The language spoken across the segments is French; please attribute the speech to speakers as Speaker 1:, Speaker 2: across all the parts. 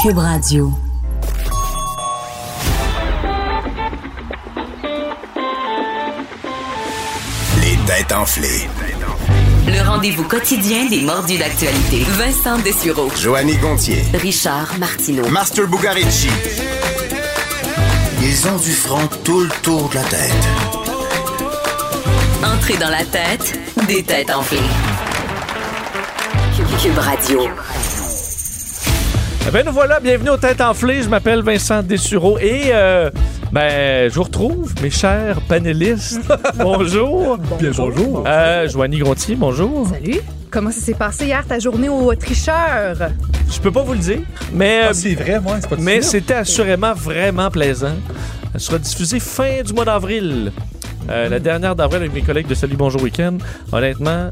Speaker 1: Cube Radio.
Speaker 2: Les têtes enflées.
Speaker 1: Le rendez-vous quotidien des mordus d'actualité. Vincent Dessureau.
Speaker 2: Joanny Gontier.
Speaker 1: Richard Martineau.
Speaker 2: Master Bugarici. Ils ont du front tout le tour de la tête.
Speaker 1: Entrée dans la tête des têtes enflées. Cube, Cube Radio.
Speaker 3: Eh ben nous voilà, bienvenue aux Têtes Enflées. Je m'appelle Vincent Dessureau et euh, ben, je vous retrouve, mes chers panélistes. bonjour.
Speaker 4: Bien bonjour.
Speaker 3: Euh, Joanie Grontier, bonjour.
Speaker 5: Salut. Comment ça s'est passé hier ta journée au tricheur?
Speaker 3: Je peux pas vous le dire, mais, euh,
Speaker 4: Ah, c'est vrai, moi, c'est pas
Speaker 3: mais
Speaker 4: c'est
Speaker 3: c'était assurément vraiment plaisant. Elle sera diffusée fin du mois d'avril. Euh, la dernière d'avril avec mes collègues de Salut Bonjour Week-end. Honnêtement,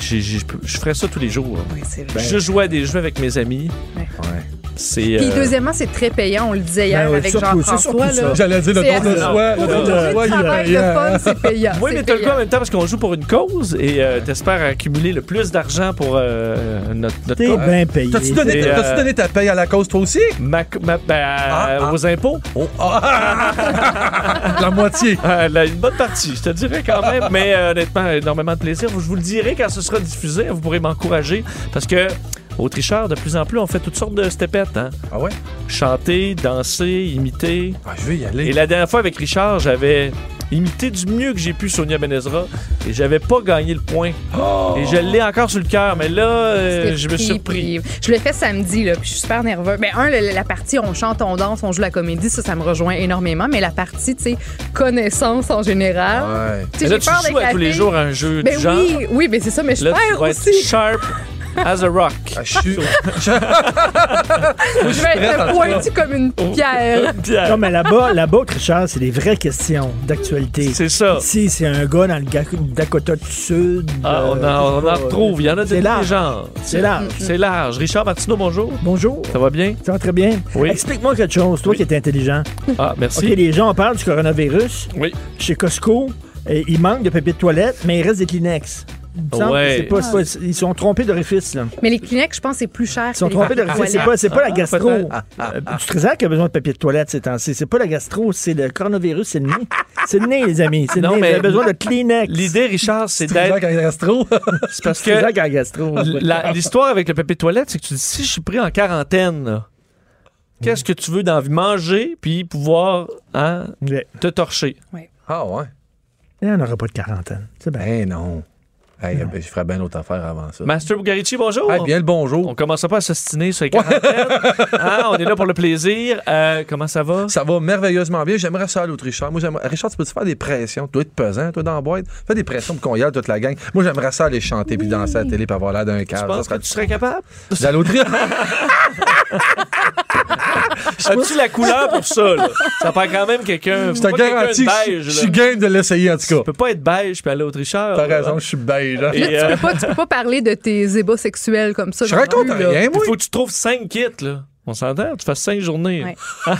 Speaker 3: j'ai- j'ai- je peux- je ferais ça tous les jours.
Speaker 5: Oui, c'est
Speaker 4: Ben.
Speaker 5: vrai.
Speaker 3: Je jouais à des jeux avec mes amis.
Speaker 5: Ouais.
Speaker 3: C'est.
Speaker 5: Puis
Speaker 3: euh,
Speaker 5: deuxièmement, c'est très payant, on le disait hier
Speaker 6: Ben oui,
Speaker 5: avec
Speaker 6: surtout- c'est
Speaker 5: Jean-François.
Speaker 6: surtout ça.
Speaker 5: là.
Speaker 4: J'allais dire le
Speaker 5: C'est-
Speaker 4: don de
Speaker 5: Non.
Speaker 4: soi, le
Speaker 5: Pour
Speaker 4: don
Speaker 5: trouver
Speaker 4: de
Speaker 5: le
Speaker 4: soi, il
Speaker 5: travail
Speaker 4: est
Speaker 5: de
Speaker 4: payant.
Speaker 5: fun, c'est payant.
Speaker 3: Oui,
Speaker 5: c'est
Speaker 3: mais t'as le
Speaker 5: payant.
Speaker 3: coup en même temps parce qu'on joue pour une cause et euh, t'espères accumuler le plus d'argent pour euh, notre, notre
Speaker 6: T'es
Speaker 3: cause.
Speaker 6: bien payé.
Speaker 4: T'as-tu donné,
Speaker 3: Et, euh,
Speaker 4: t'as-tu donné ta paye à la cause, toi aussi?
Speaker 3: Ma- ma- ben, euh,
Speaker 4: ah.
Speaker 3: aux impôts.
Speaker 4: Oh, ah! la moitié.
Speaker 3: Euh, la- une bonne partie, je te dirais quand même. Mais euh, honnêtement, énormément de plaisir. Je vous le dirai quand ce sera diffusé. Vous pourrez m'encourager parce que aux tricheurs, de plus en plus, on fait toutes sortes de stepettes. Hein?
Speaker 4: Ah ouais?
Speaker 3: Chanter, danser, imiter.
Speaker 4: Ah, je vais y aller.
Speaker 3: Et la dernière fois avec Richard, j'avais imité du mieux que j'ai pu Sonia Benezra et j'avais pas gagné le point. Et je l'ai encore sur le cœur, mais là, euh,
Speaker 5: C'était
Speaker 3: je me suis surpris.
Speaker 5: pris, puis Je l'ai fait samedi, là, puis je suis super nerveux. Mais un, le- la partie on chante, on danse, on joue la comédie, ça, ça me rejoint énormément. Mais la partie, tu sais, connaissance en général.
Speaker 4: Ouais.
Speaker 5: Tu
Speaker 3: Mais
Speaker 5: sais,
Speaker 3: là,
Speaker 5: j'ai
Speaker 3: tu
Speaker 5: peur
Speaker 3: joues à tous les
Speaker 5: d'éclater.
Speaker 3: jours à un jeu
Speaker 5: Ben
Speaker 3: du genre.
Speaker 5: oui, oui, mais c'est ça, mais je
Speaker 3: Là, tu
Speaker 5: perds
Speaker 3: vas être
Speaker 5: aussi.
Speaker 3: sharp as a rock.
Speaker 4: Ah, je suis.
Speaker 5: Je vais être pointu comme une
Speaker 3: Oh.
Speaker 5: pierre.
Speaker 3: Pierre,
Speaker 6: Non, mais là-bas, là-bas, Richard, c'est des vraies questions d'actualité.
Speaker 3: C'est ça.
Speaker 6: Ici, c'est un gars dans le Ga- Dakota du Sud.
Speaker 3: Ah, on,
Speaker 6: euh,
Speaker 3: en, on en
Speaker 6: euh,
Speaker 3: retrouve. Il y en a de
Speaker 6: C'est
Speaker 3: tous les
Speaker 6: large.
Speaker 3: genres.
Speaker 6: C'est large.
Speaker 3: C'est large. Richard Martineau, bonjour.
Speaker 6: Bonjour.
Speaker 3: Ça va bien?
Speaker 6: Ça va très bien.
Speaker 3: Oui.
Speaker 6: Explique-moi quelque chose, toi
Speaker 3: Oui.
Speaker 6: qui es intelligent.
Speaker 3: Ah, merci.
Speaker 6: OK, les gens parlent du coronavirus.
Speaker 3: Oui.
Speaker 6: Chez Costco, euh, il manque de papier de toilette, mais il reste des Kleenex. Il me semble que
Speaker 3: Ouais.
Speaker 6: c'est pas- c'est pas- ils sont trompés d'orifice, là.
Speaker 5: Mais les Kleenex, je pense, c'est plus cher.
Speaker 6: Ils sont
Speaker 5: que les
Speaker 6: trompés
Speaker 5: papiers
Speaker 6: d'orifice. C'est
Speaker 5: toilettes.
Speaker 6: pas, c'est pas la gastro.
Speaker 3: peut-être.
Speaker 6: Euh,
Speaker 3: ah.
Speaker 6: Du trésor qui a besoin de papier de toilette ces temps-ci. C'est pas la gastro, c'est le coronavirus, c'est le nez. C'est le nez, les amis. C'est le
Speaker 3: Non,
Speaker 6: nez.
Speaker 3: mais
Speaker 6: Vous avez besoin de Kleenex.
Speaker 3: L'idée, Richard, c'est
Speaker 4: C'est
Speaker 3: d'être.
Speaker 4: gastro.
Speaker 3: C'est parce
Speaker 6: C'est
Speaker 3: que
Speaker 6: ça qu'à la gastro.
Speaker 3: la- l'histoire avec le papier de toilette, c'est que tu dis si je suis pris en quarantaine, là, qu'est-ce que tu veux d'envie? Manger puis pouvoir hein,
Speaker 6: Ouais.
Speaker 3: te torcher.
Speaker 4: Ah ouais?
Speaker 6: Et on n'aura pas de quarantaine. C'est bien.
Speaker 4: Ben non. Hey, ben, je ferais bien d'autres affaires avant ça.
Speaker 3: Master Bugarici, bonjour.
Speaker 4: Hey, bien le
Speaker 3: On
Speaker 4: bonjour.
Speaker 3: commence pas à s'ostiner sur les quarantaines. Hein, on est là pour le plaisir. Euh, comment ça va?
Speaker 4: Ça va merveilleusement bien. J'aimerais ça aller au Richard. Moi, j'aimerais... Richard, tu peux-tu faire des pressions? Tu dois être pesant, toi, dans la boîte. Fais des pressions pour qu'on y aille toute la gang. Moi, j'aimerais ça aller chanter puis danser à la télé puis avoir l'air d'un
Speaker 3: Tu
Speaker 4: cadre.
Speaker 3: penses que tu serais capable?
Speaker 4: J'allais au Richard.
Speaker 3: As-tu la couleur pour ça? Là? Ça prend quand même quelqu'un. faut
Speaker 4: Je te
Speaker 3: pas quelqu'un
Speaker 4: garantis
Speaker 3: de
Speaker 4: que je-
Speaker 3: beige,
Speaker 4: je
Speaker 3: là.
Speaker 4: suis game de l'essayer, en tout
Speaker 3: Tu
Speaker 4: cas.
Speaker 3: peux pas être beige puis aller au tricheur.
Speaker 4: T'as raison, je suis beige. hein.
Speaker 3: Et, euh,
Speaker 5: Tu peux pas- tu peux pas parler de tes ébats sexuels comme ça.
Speaker 4: Je
Speaker 5: non
Speaker 4: raconte
Speaker 5: plus, là.
Speaker 4: rien,
Speaker 3: Il
Speaker 4: moi.
Speaker 3: faut que tu trouves 5 kits, là. On s'entend? Tu fasses 5 journées.
Speaker 5: Ouais. Puis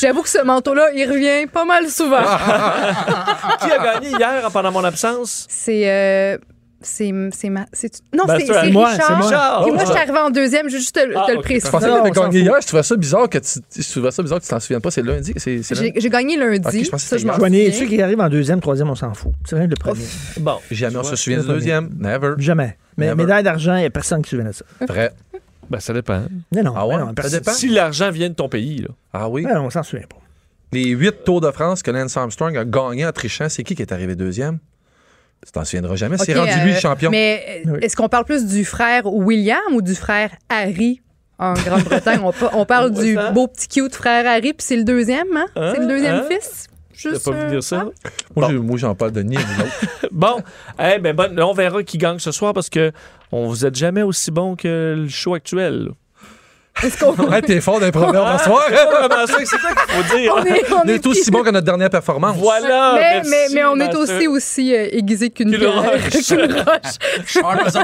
Speaker 5: J'avoue que ce manteau-là, il revient pas mal souvent.
Speaker 4: Ah.
Speaker 3: Qui a gagné hier pendant mon absence?
Speaker 5: C'est. euh, c'est c'est ma c'est non
Speaker 3: Ben,
Speaker 5: c'est
Speaker 3: c'est
Speaker 5: c'est
Speaker 3: à
Speaker 6: moi,
Speaker 5: Richard
Speaker 6: c'est moi.
Speaker 3: Richard!
Speaker 5: puis moi je suis arrivée en deuxième je veux juste te,
Speaker 3: Ah,
Speaker 5: te le
Speaker 3: ok.
Speaker 4: Je
Speaker 5: préciser
Speaker 4: pensais que
Speaker 6: Non,
Speaker 4: t'avais
Speaker 6: on s'en
Speaker 4: gagné hier. Je trouvais ça bizarre que tu, je trouvais ça bizarre que tu t'en souviennes pas. C'est lundi. C'est, c'est lundi.
Speaker 5: j'ai j'ai gagné lundi
Speaker 4: Ok, je pensais que
Speaker 5: ça je m'en
Speaker 4: c'était
Speaker 6: Joignez,
Speaker 5: souviens.
Speaker 6: ceux qui arrivent en deuxième, troisième, on s'en fout. C'est rien le premier.
Speaker 3: Bon.
Speaker 4: Jamais on
Speaker 3: Tu
Speaker 4: se
Speaker 3: vois,
Speaker 4: souvient du
Speaker 6: c'est le
Speaker 4: deuxième. Never.
Speaker 6: Jamais. Mais
Speaker 4: Never.
Speaker 6: médaille d'argent, il n'y a personne qui se souvient de ça.
Speaker 4: Vrai.
Speaker 3: Ben, ça dépend.
Speaker 6: Non, non.
Speaker 4: Ah ouais?
Speaker 6: ben non,
Speaker 4: Ça
Speaker 6: personne-
Speaker 4: dépend.
Speaker 3: Si l'argent vient de ton pays, là.
Speaker 4: Ah oui.
Speaker 6: Ben non, on s'en souvient pas.
Speaker 4: Les huit Tours de France que Lance Armstrong a gagné en trichant, c'est qui qui est arrivé deuxième? Tu t'en souviendras jamais. C'est
Speaker 5: Ok,
Speaker 4: rendu lui
Speaker 5: euh,
Speaker 4: le champion.
Speaker 5: mais euh,
Speaker 6: Oui.
Speaker 5: est-ce qu'on parle plus du frère William ou du frère Harry en Grande-Bretagne on, pa- on parle
Speaker 3: Ouais,
Speaker 5: du
Speaker 3: ça.
Speaker 5: beau petit cute frère Harry puis c'est le deuxième hein?
Speaker 3: Hein,
Speaker 5: c'est le deuxième
Speaker 3: hein?
Speaker 5: fils
Speaker 3: T'as
Speaker 5: juste
Speaker 3: pas
Speaker 5: euh,
Speaker 3: vu dire ça?
Speaker 5: ah.
Speaker 4: Moi,
Speaker 3: bon.
Speaker 4: j'ai- moi, j'en parle de ni ni l'autre.
Speaker 3: Bon. Eh ben, bonne- on verra qui gagne ce soir parce que on vous êtes jamais aussi bon que le show actuel. là.
Speaker 5: est-ce qu'on
Speaker 4: Ouais, T'es fort d'un premier bonsoir.
Speaker 3: Comment ça? Ah, ben, C'est ça qu'il faut dire.
Speaker 5: on est on
Speaker 4: On est
Speaker 5: est
Speaker 4: aussi bon que notre dernière performance.
Speaker 3: Voilà.
Speaker 5: mais,
Speaker 3: Ah, merci,
Speaker 5: mais, mais on est
Speaker 3: Master.
Speaker 5: aussi aussi euh, aiguisé qu'une
Speaker 3: Qu'une
Speaker 5: pierre,
Speaker 3: roche.
Speaker 5: qu'une roche.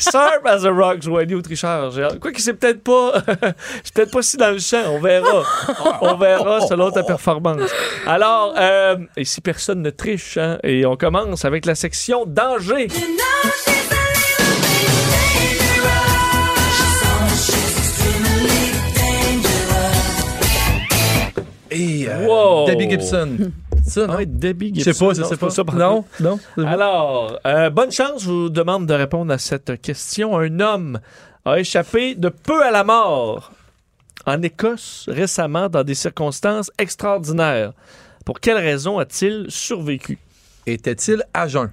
Speaker 3: Sharp as a rock, Joanie au tricheur. J'ai hâte. Quoi que c'est peut-être pas, c'est peut-être pas si dans le champ. On verra. On verra selon ta performance. Alors, euh, et si personne ne triche, hein, et on commence avec la section danger.
Speaker 4: Debbie euh, Gibson. Ça, non?
Speaker 3: Ah Ouais, Debbie
Speaker 4: Je sais
Speaker 3: Gibson.
Speaker 4: pas, je
Speaker 3: Non,
Speaker 4: sais
Speaker 3: c'est
Speaker 4: pas.
Speaker 3: ça, pardon.
Speaker 4: non, non. c'est pas-
Speaker 3: Alors, euh, bonne chance, je vous demande de répondre à cette question. Un homme a échappé de peu à la mort en Écosse récemment dans des circonstances extraordinaires. Pour quelle raison a-t-il survécu?
Speaker 4: Était-il à jeun?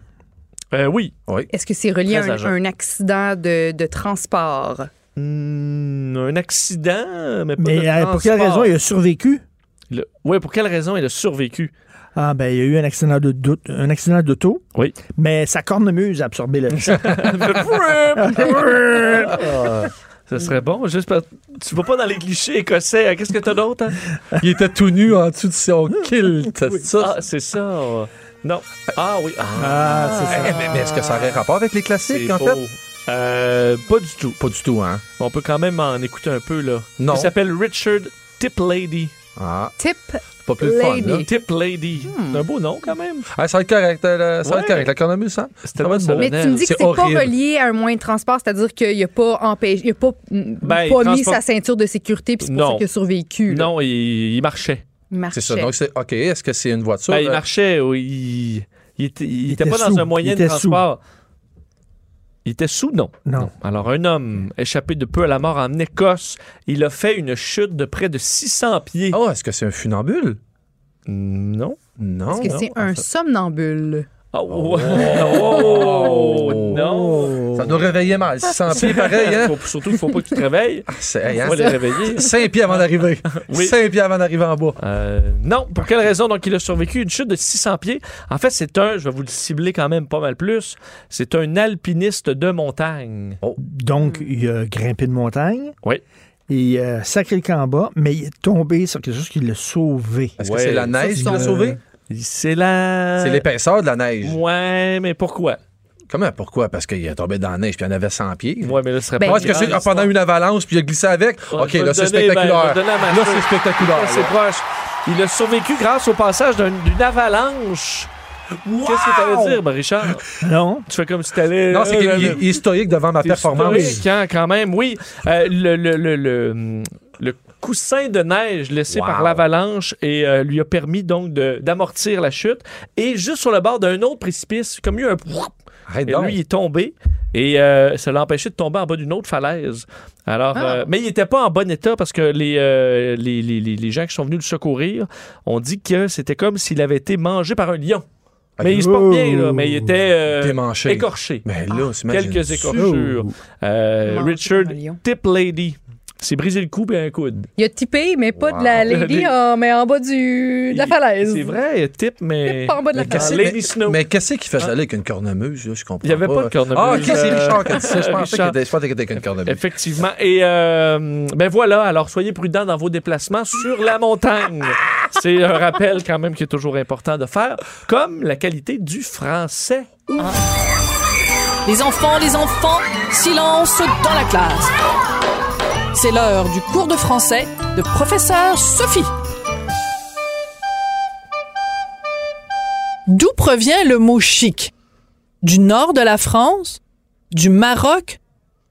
Speaker 3: Euh, oui.
Speaker 4: Oui.
Speaker 5: Est-ce que c'est relié à
Speaker 3: Très
Speaker 5: un,
Speaker 3: agent.
Speaker 5: un accident de, de transport?
Speaker 3: Hmm, un accident, mais pas
Speaker 6: Mais
Speaker 3: de
Speaker 6: euh, pour quelle raison
Speaker 3: transport.
Speaker 6: il a survécu?
Speaker 3: Le- Oui, pour quelle raison il a survécu?
Speaker 6: Ah, ben, il y a eu un accident de doute- un accident d'auto.
Speaker 3: Oui.
Speaker 6: Mais sa cornemuse a absorbé le choc. Ah.
Speaker 3: Ce serait bon, juste parce tu vas pas dans les clichés écossais. hein. Qu'est-ce que t'as d'autre? hein?
Speaker 4: Il était tout nu en dessous de son kilt. Ça,
Speaker 3: Ah, c'est ça. euh, Non. Ah oui. Ah,
Speaker 6: Ah, c'est ça.
Speaker 4: Eh, mais, mais est-ce que ça aurait rapport avec les
Speaker 3: c'est
Speaker 4: classiques, en
Speaker 3: beau.
Speaker 4: fait?
Speaker 3: Euh, pas du tout.
Speaker 4: Pas du tout, hein?
Speaker 3: On peut quand même en écouter un peu, là.
Speaker 4: Non.
Speaker 3: Il s'appelle Richard Tiplady.
Speaker 4: Ah,
Speaker 5: Tip,
Speaker 3: Euh,
Speaker 4: pas plus le fun,
Speaker 5: Lady.
Speaker 4: là.
Speaker 3: Tiplady.
Speaker 6: Hmm.
Speaker 3: C'est un beau nom, quand même.
Speaker 4: Ah, ça va être correct, euh, le- ça va être
Speaker 3: Ouais.
Speaker 4: correct. L'économie, ça?
Speaker 3: C'était
Speaker 4: va être
Speaker 3: bon,
Speaker 4: beau.
Speaker 5: mais tu me dis que
Speaker 4: c'est
Speaker 5: c'est pas
Speaker 4: horrible.
Speaker 5: relié à un moyen de transport, c'est-à-dire qu'il n'a pas empêché, il a pas, mm,
Speaker 3: Ben,
Speaker 5: pas mis
Speaker 3: transport-
Speaker 5: sa ceinture de sécurité, puis c'est pour
Speaker 3: Non.
Speaker 5: ça qu'il a survécu. là.
Speaker 3: Non, il, il marchait.
Speaker 5: Il marchait.
Speaker 4: C'est ça. Donc, c'est OK. Est-ce que c'est une voiture?
Speaker 3: Ben, il
Speaker 4: Euh,
Speaker 3: marchait. oui, Il, il était, il
Speaker 6: Il
Speaker 3: était
Speaker 6: était
Speaker 3: pas dans
Speaker 6: sous.
Speaker 3: un moyen
Speaker 6: Il
Speaker 3: de
Speaker 6: était sous.
Speaker 3: transport. Il était sous, non.
Speaker 6: Non.
Speaker 3: Alors, un homme échappé de peu à la mort en Écosse, il a fait une chute de près de 600 pieds.
Speaker 4: Oh, est-ce que c'est un funambule?
Speaker 3: Non.
Speaker 4: Non.
Speaker 5: Est-ce que
Speaker 4: non.
Speaker 5: c'est un somnambule?
Speaker 3: Oh, oh, non.
Speaker 4: Ça nous réveillait mal.
Speaker 5: Ah,
Speaker 4: 600 pieds, pareil, hein?
Speaker 3: Faut- surtout, il faut pas que tu te réveilles.
Speaker 4: Ah, c'est, hey, hein?
Speaker 3: Faut les réveiller.
Speaker 4: 5 pieds avant d'arriver.
Speaker 3: Oui.
Speaker 4: 5 pieds avant d'arriver en bas.
Speaker 3: Euh, non, pour quelle raison donc il a survécu une chute de 600 pieds En fait, c'est un, je vais vous le cibler quand même pas mal plus, c'est un alpiniste de montagne.
Speaker 6: Donc,
Speaker 5: Mm.
Speaker 6: il a grimpé de montagne.
Speaker 3: Oui.
Speaker 6: Il a sacré le camp en bas, mais il est tombé sur quelque chose qui l'a sauvé.
Speaker 4: Est-ce
Speaker 3: Ouais.
Speaker 4: que c'est Euh, la neige qui l'a sauvé?
Speaker 3: C'est la
Speaker 4: C'est l'épaisseur de la neige.
Speaker 3: Ouais, mais pourquoi
Speaker 4: Comment? Pourquoi? Parce qu'il est tombé dans la neige puis il en avait 100 pieds.
Speaker 3: Ouais, mais là ce serait
Speaker 5: Ben,
Speaker 3: pas
Speaker 4: Est-ce que c'est ah,
Speaker 3: grave,
Speaker 4: pendant une avalanche puis il a glissé avec?
Speaker 3: Ouais,
Speaker 4: OK,
Speaker 3: je vais
Speaker 4: là,
Speaker 3: te
Speaker 4: c'est
Speaker 3: donner, ben,
Speaker 4: spectaculaire.
Speaker 3: je vais te donner à ma
Speaker 4: là,
Speaker 3: soeur.
Speaker 4: c'est spectaculaire.
Speaker 3: l'histoire. C'est
Speaker 4: là.
Speaker 3: proche. Il a survécu grâce au passage d'un- d'une avalanche. Qu'est-ce que t'allais dire, ben, Richard
Speaker 6: Non?
Speaker 3: Tu fais comme si t'allais.
Speaker 4: Non, c'est qu'il
Speaker 3: Euh,
Speaker 4: il est- il est stoïque devant ma
Speaker 3: C'est
Speaker 4: performance.
Speaker 3: historique, hein, quand même, oui. Euh, le, le, le, le- le coussin de neige laissé
Speaker 4: Wow.
Speaker 3: par l'avalanche et euh, lui a permis donc de- d'amortir la chute. Et juste sur le bord d'un autre précipice, comme il y a eu un...
Speaker 4: Arrête
Speaker 3: Et
Speaker 4: donc.
Speaker 3: lui, il est tombé et euh, ça l'a empêché de tomber en bas d'une autre falaise. Alors,
Speaker 4: Ah.
Speaker 3: euh, mais il n'était pas en bon état parce que les, euh, les, les- les- les gens qui sont venus le secourir ont dit que c'était comme s'il avait été mangé par un lion. Mais il se porte bien, là, mais il était euh,
Speaker 4: Démanché.
Speaker 3: écorché.
Speaker 4: Mais là, c'est
Speaker 3: Quelques écorchures. Euh,
Speaker 5: Mangé
Speaker 3: Richard
Speaker 5: par un lion.
Speaker 3: Tip Lady. S'est brisé le cou et un coude.
Speaker 5: Il a tipé, mais pas
Speaker 4: Wow.
Speaker 5: de la lady,
Speaker 3: Des-
Speaker 5: en- mais en bas du, de la
Speaker 3: Il-
Speaker 5: falaise.
Speaker 3: C'est vrai, Tip, mais.
Speaker 5: Tip en bas de la
Speaker 3: mais
Speaker 5: falaise.
Speaker 3: Lady Snow.
Speaker 4: Mais qu'est-ce qu'il faisait là avec une cornemuse? là? Je comprends
Speaker 3: Ah. Il y avait pas de cornemuse.
Speaker 4: Ah, OK, c'est
Speaker 3: Euh,
Speaker 4: Richard qui a dit ça. Je pensais qu'il
Speaker 3: Richard.
Speaker 4: était je pensais qu'il était avec une cornemuse.
Speaker 3: Effectivement. Et euh, ben voilà, alors soyez prudents dans vos déplacements sur la montagne. C'est un rappel quand même qui est toujours important de faire, comme la qualité du français.
Speaker 5: Ah.
Speaker 7: Les enfants, les enfants, silence dans la classe. C'est l'heure du cours de français de professeur Sophie. D'où provient le mot chic Du nord de la France Du Maroc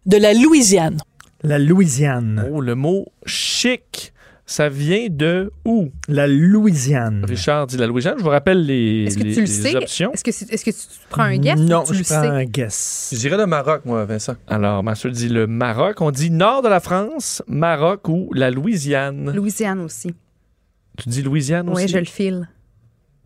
Speaker 7: De la Louisiane
Speaker 6: La Louisiane.
Speaker 3: Oh, le mot chic, ça vient de où?
Speaker 6: La Louisiane.
Speaker 3: Richard dit la Louisiane. Je vous rappelle les,
Speaker 5: Est-ce que
Speaker 3: les-
Speaker 5: tu
Speaker 3: les
Speaker 5: le sais?
Speaker 3: options.
Speaker 5: Est-ce que, c'est- est-ce que tu tu prends un guess?
Speaker 6: Non,
Speaker 5: ou tu
Speaker 6: je
Speaker 5: le
Speaker 6: prends
Speaker 5: sais?
Speaker 6: un guess.
Speaker 4: Je dirais le Maroc, moi, Vincent.
Speaker 3: Alors, ma soeur dit le Maroc. On dit nord de la France, Maroc ou la Louisiane.
Speaker 5: Louisiane aussi.
Speaker 3: Tu dis Louisiane aussi?
Speaker 5: Oui, je le file.